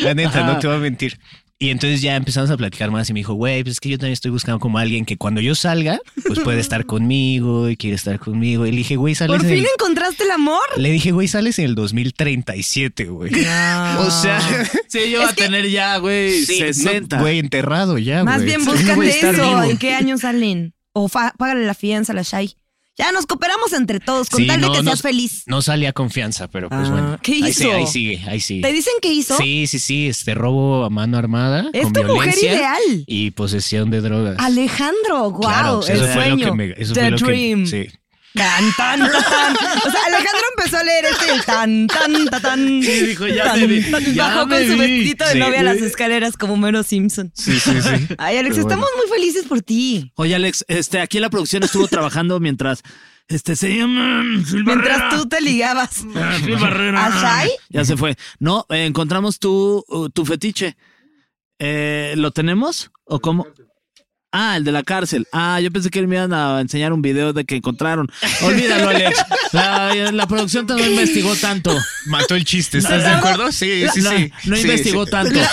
Speaker 4: La neta,
Speaker 2: Ajá.
Speaker 4: no te voy a mentir. Y entonces ya empezamos a platicar más y me dijo, güey, pues es que yo también estoy buscando como alguien que cuando yo salga, pues puede estar conmigo y quiere estar conmigo. Y le dije, güey, sales
Speaker 3: ¿Por
Speaker 4: en el-
Speaker 3: fin encontraste el amor?
Speaker 4: Le dije, güey, sales en el 2037, güey. O sea,
Speaker 3: Ah.
Speaker 2: Sí, yo voy a tener ya, güey,
Speaker 4: sí,
Speaker 2: 60.
Speaker 4: no, güey, enterrado ya,
Speaker 3: Más
Speaker 4: güey.
Speaker 3: bien
Speaker 4: Sí,
Speaker 3: búscate
Speaker 4: güey, estar
Speaker 3: eso.
Speaker 4: vivo.
Speaker 3: ¿En qué año salen? O fa- págale la fianza a la shy. Ya nos cooperamos entre todos con
Speaker 4: Sí,
Speaker 3: tal de
Speaker 4: no,
Speaker 3: que
Speaker 4: no-
Speaker 3: seas feliz.
Speaker 4: No salía confianza, pero pues
Speaker 3: Ah,
Speaker 4: bueno.
Speaker 3: ¿qué
Speaker 4: Ahí, sí-
Speaker 3: hizo?
Speaker 4: ahí sigue, ahí sigue.
Speaker 3: ¿Te dicen qué hizo?
Speaker 4: Sí, sí, sí, este robo a mano armada
Speaker 3: es
Speaker 4: con
Speaker 3: tu mujer
Speaker 4: violencia
Speaker 3: ideal.
Speaker 4: y posesión de drogas.
Speaker 3: Alejandro, wow,
Speaker 4: Claro, pues,
Speaker 3: el
Speaker 4: eso fue
Speaker 3: sueño.
Speaker 4: lo que me eso
Speaker 3: The
Speaker 4: fue lo que-
Speaker 3: dream.
Speaker 4: sí.
Speaker 3: Tan, tan, tan. O sea, Alejandro empezó a leer este el tan, tan, tan, tan.
Speaker 2: Sí, dijo, ya
Speaker 3: Tan,
Speaker 2: me vi,
Speaker 3: tan.
Speaker 2: ya
Speaker 3: Bajó
Speaker 2: me
Speaker 3: con su
Speaker 2: vi.
Speaker 3: vestidito de
Speaker 4: Sí.
Speaker 3: novia a las escaleras como Mero Simpson.
Speaker 4: Sí, sí, sí.
Speaker 3: Ay, Alex,
Speaker 4: Pero
Speaker 3: estamos
Speaker 4: bueno.
Speaker 3: muy felices por ti.
Speaker 2: Oye, Alex, este, aquí la producción estuvo trabajando mientras, este, se llama Phil Barrera.
Speaker 3: Mientras tú te ligabas.
Speaker 2: Ah, Phil Barrera.
Speaker 3: ¿A Shai?
Speaker 2: Ya se fue. No, eh, encontramos tu, uh, tu fetiche. Eh, ¿Lo tenemos? ¿O cómo? Ah, el de la cárcel. Ah, yo pensé que me iban a enseñar un video de que encontraron. Olvídalo, Alex. La, la producción no investigó tanto.
Speaker 4: Mató el chiste, ¿estás de acuerdo? Sí, sí,
Speaker 2: La-
Speaker 4: sí.
Speaker 2: no
Speaker 4: Sí,
Speaker 2: investigó
Speaker 4: sí.
Speaker 2: tanto.
Speaker 3: La,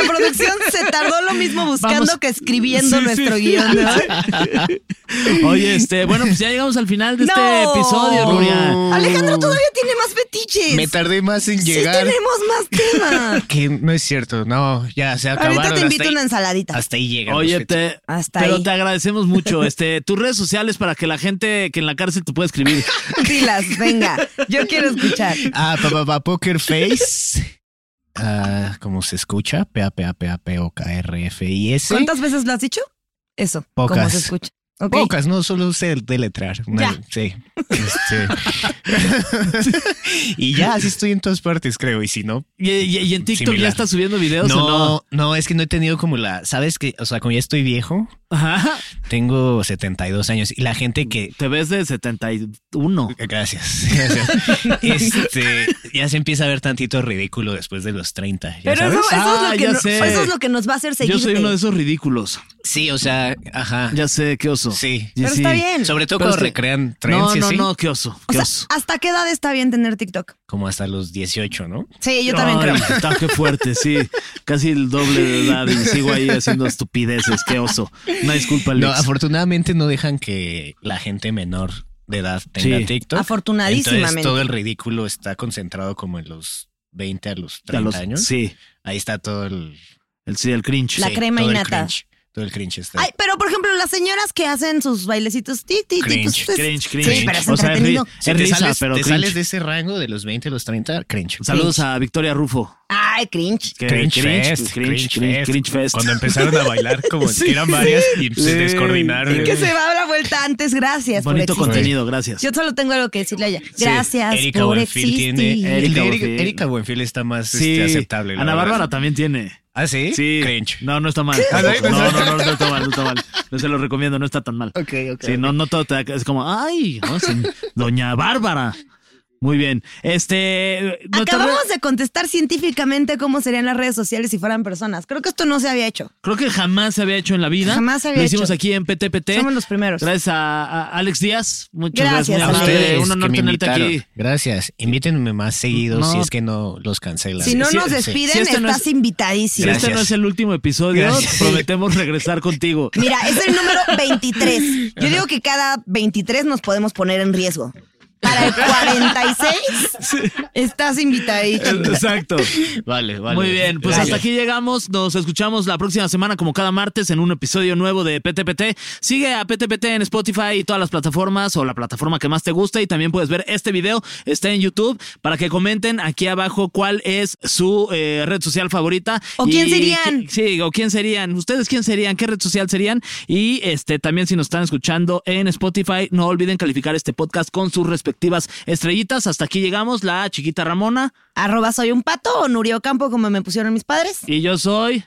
Speaker 3: la producción se tardó lo mismo buscando
Speaker 2: Vamos.
Speaker 3: que escribiendo
Speaker 2: Sí, sí,
Speaker 3: nuestro
Speaker 2: sí.
Speaker 3: guión. ¿no?
Speaker 2: Oye, este, bueno, pues ya llegamos al final de este
Speaker 3: No.
Speaker 2: episodio, Nuria.
Speaker 3: Alejandro todavía tiene más fetiches.
Speaker 4: Me tardé más en
Speaker 3: sí
Speaker 4: llegar.
Speaker 3: tenemos más temas.
Speaker 4: Que no es cierto, no, ya se acabaron.
Speaker 3: Ahorita te invito
Speaker 4: hasta,
Speaker 3: una
Speaker 4: ahí,
Speaker 3: ensaladita.
Speaker 4: hasta ahí llegamos.
Speaker 2: Oye,
Speaker 4: Feto.
Speaker 2: te,
Speaker 3: Hasta
Speaker 2: pero
Speaker 3: ahí.
Speaker 2: te agradecemos mucho. Este, tus redes sociales para que la gente que en la cárcel te pueda escribir.
Speaker 3: Pilas, venga. Yo quiero escuchar.
Speaker 4: Ah, pa, pa, pa, Poker Face. Ah, ¿Cómo se escucha? P A P A P A P O K R F I S.
Speaker 3: ¿Cuántas veces lo has dicho? Eso. ¿Cómo
Speaker 4: Pocas.
Speaker 3: se escucha? Ok.
Speaker 4: Pocas, no solo sé deletrar. Una-
Speaker 3: Ya.
Speaker 4: Sí. Este. y ya, así estoy en todas partes, creo. Y si no,
Speaker 2: Y, y- y en TikTok ya
Speaker 4: Similar.
Speaker 2: estás subiendo videos
Speaker 4: no,
Speaker 2: o no.
Speaker 4: no, es que no he tenido como la, sabes que, o sea, como ya estoy viejo,
Speaker 2: Ajá.
Speaker 4: tengo 72 años y la gente que
Speaker 2: Te ves de 71.
Speaker 4: Gracias. gracias. Este, ya se empieza a ver tantito ridículo después de los 30. ¿ya
Speaker 3: Pero eso,
Speaker 4: sabes?
Speaker 3: eso
Speaker 2: Ah,
Speaker 3: es lo que
Speaker 2: ya
Speaker 3: no-
Speaker 2: sé.
Speaker 3: eso es lo que nos va a hacer seguir.
Speaker 2: Yo soy uno de esos ridículos.
Speaker 4: Sí, o sea, ajá.
Speaker 2: Ya sé, qué oso.
Speaker 4: Sí.
Speaker 2: Y
Speaker 3: Pero
Speaker 2: sí.
Speaker 3: está bien.
Speaker 4: Sobre todo
Speaker 2: Pero
Speaker 4: cuando
Speaker 2: este-
Speaker 4: recrean
Speaker 2: No,
Speaker 4: trenes y
Speaker 2: no,
Speaker 4: así,
Speaker 2: no, qué oso.
Speaker 3: O
Speaker 2: Qué
Speaker 3: sea,
Speaker 2: oso.
Speaker 3: ¿hasta qué edad está bien tener TikTok?
Speaker 4: como hasta los 18, ¿no?
Speaker 3: Sí, yo también
Speaker 2: Ay, este.
Speaker 3: creo.
Speaker 2: Está qué fuerte, sí. Casi el doble de edad y sigo ahí haciendo estupideces. Qué oso. Una disculpa, Alex.
Speaker 4: No, afortunadamente no dejan que la gente menor de edad tenga
Speaker 2: Sí.
Speaker 4: TikTok.
Speaker 3: Afortunadísimamente.
Speaker 4: Entonces todo el ridículo está concentrado como en los 20 a los
Speaker 2: A
Speaker 4: 30
Speaker 2: los-
Speaker 4: años.
Speaker 2: Sí,
Speaker 4: Ahí está todo el
Speaker 2: el, sí, el cringe.
Speaker 3: La
Speaker 4: sí,
Speaker 3: crema
Speaker 4: todo el
Speaker 3: innata.
Speaker 4: cringe. todo el cringe está.
Speaker 3: Ay, pero por ejemplo, las señoras que hacen sus bailecitos ti, ti, ti, pues,
Speaker 4: Cringe,
Speaker 3: es-
Speaker 2: Cringe, cringe.
Speaker 3: Sí, pero es
Speaker 2: O sea,
Speaker 3: entretenido.
Speaker 2: ri-
Speaker 4: Si
Speaker 2: es
Speaker 4: te
Speaker 2: risa,
Speaker 4: sales,
Speaker 2: pero
Speaker 4: te
Speaker 2: cringe.
Speaker 4: sales de ese rango de los 20 a los 30, cringe.
Speaker 2: Saludos a Victoria Rufo.
Speaker 3: Ay, cringe.
Speaker 2: Que-
Speaker 4: cringe,
Speaker 2: cringe, cringe, cringe fest.
Speaker 4: Cuando empezaron a bailar, como
Speaker 2: Sí,
Speaker 4: que eran varias y
Speaker 2: sí.
Speaker 4: se descoordinaron.
Speaker 3: Que se va a la vuelta antes, gracias por
Speaker 2: Bonito
Speaker 3: existir.
Speaker 2: contenido, gracias.
Speaker 3: Yo solo tengo algo que decirle a ella. Gracias
Speaker 4: Erika
Speaker 3: por
Speaker 4: Buenfil
Speaker 3: existir.
Speaker 4: tiene.
Speaker 2: Erika
Speaker 4: el de Erika,
Speaker 2: Buenfil.
Speaker 4: Erika Buenfil está más
Speaker 2: Sí,
Speaker 4: este, aceptable. la
Speaker 2: Ana
Speaker 4: verdad.
Speaker 2: Bárbara también tiene.
Speaker 4: ¿Ah, sí?
Speaker 2: Sí.
Speaker 4: Cringe.
Speaker 2: No, no está mal.
Speaker 4: Ah,
Speaker 2: tampoco.
Speaker 4: ¿no?
Speaker 2: No, no, no, no está mal, no está mal. No se lo recomiendo, no está tan mal.
Speaker 4: Ok, ok.
Speaker 2: Sí, no, no todo te da- Es como, ay, no, sí, doña Bárbara. Muy bien. Este. no te-
Speaker 3: Acabamos de contestar científicamente cómo serían las redes sociales si fueran personas. Creo que esto no se había hecho.
Speaker 2: Creo que jamás se había hecho en la vida.
Speaker 3: Jamás se había
Speaker 2: Lo hicimos
Speaker 3: hecho.
Speaker 2: aquí en PTPT.
Speaker 3: Somos los primeros.
Speaker 2: Gracias a, a Alex Díaz. Muchas gracias. muy
Speaker 3: Gracias,
Speaker 4: A
Speaker 3: Alex.
Speaker 2: amable.
Speaker 4: ustedes
Speaker 2: Un honor
Speaker 4: que me
Speaker 2: tenerte aquí.
Speaker 4: invitaron. Gracias. Invítenme más seguido
Speaker 2: No.
Speaker 4: si es que no los cancelan.
Speaker 3: Si no
Speaker 4: Sí,
Speaker 3: nos
Speaker 4: sí.
Speaker 3: despiden,
Speaker 2: Si este no
Speaker 3: estás
Speaker 2: es- Si
Speaker 3: invitadísimo.
Speaker 4: Gracias.
Speaker 2: este no es el último episodio,
Speaker 4: Gracias.
Speaker 2: prometemos regresar contigo.
Speaker 3: Mira, es el número 23. Yo digo que cada 23 nos podemos poner en riesgo. Para el 46 estás invitadito.
Speaker 2: Exacto.
Speaker 4: Vale, vale.
Speaker 2: Muy bien, pues
Speaker 4: Gracias.
Speaker 2: hasta aquí llegamos. Nos escuchamos la próxima semana, como cada martes, en un episodio nuevo de PTPT. Sigue a PTPT en Spotify y todas las plataformas o la plataforma que más te guste. Y también puedes ver este video, está en YouTube, para que comenten aquí abajo cuál es su eh, red social favorita.
Speaker 3: ¿O quién
Speaker 2: Y-
Speaker 3: serían?
Speaker 2: Sí, o quién serían. ¿Ustedes quién serían? ¿Qué red social serían? Y este también, si nos están escuchando en Spotify, no olviden calificar este podcast con sus respectivas estrellitas. Hasta aquí llegamos, la chiquita Ramona.
Speaker 3: Arroba soy un pato o Nurio Campo, como me pusieron mis padres.
Speaker 2: Y yo soy.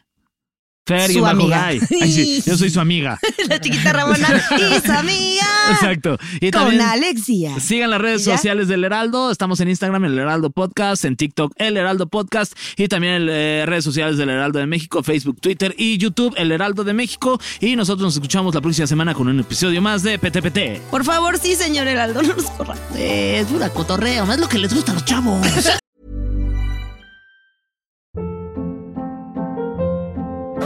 Speaker 2: Fer
Speaker 3: Su
Speaker 2: y bajo
Speaker 3: amiga.
Speaker 2: Guy. Ay, sí, yo soy su amiga.
Speaker 3: La chiquita Ramona y su amiga.
Speaker 2: Exacto. Y
Speaker 3: Con
Speaker 2: también
Speaker 3: Alexia.
Speaker 2: sigan las redes
Speaker 3: ¿Y ya?
Speaker 2: sociales del Heraldo. Estamos en Instagram, el Heraldo Podcast, en TikTok, el Heraldo Podcast. Y también en redes sociales del Heraldo de México, Facebook, Twitter y YouTube, el Heraldo de México. Y nosotros nos escuchamos la próxima semana con un episodio más de PTPT.
Speaker 3: Por favor, sí, señor Heraldo, no nos corra.
Speaker 2: es dura cotorreo, es lo que les gusta a los chavos.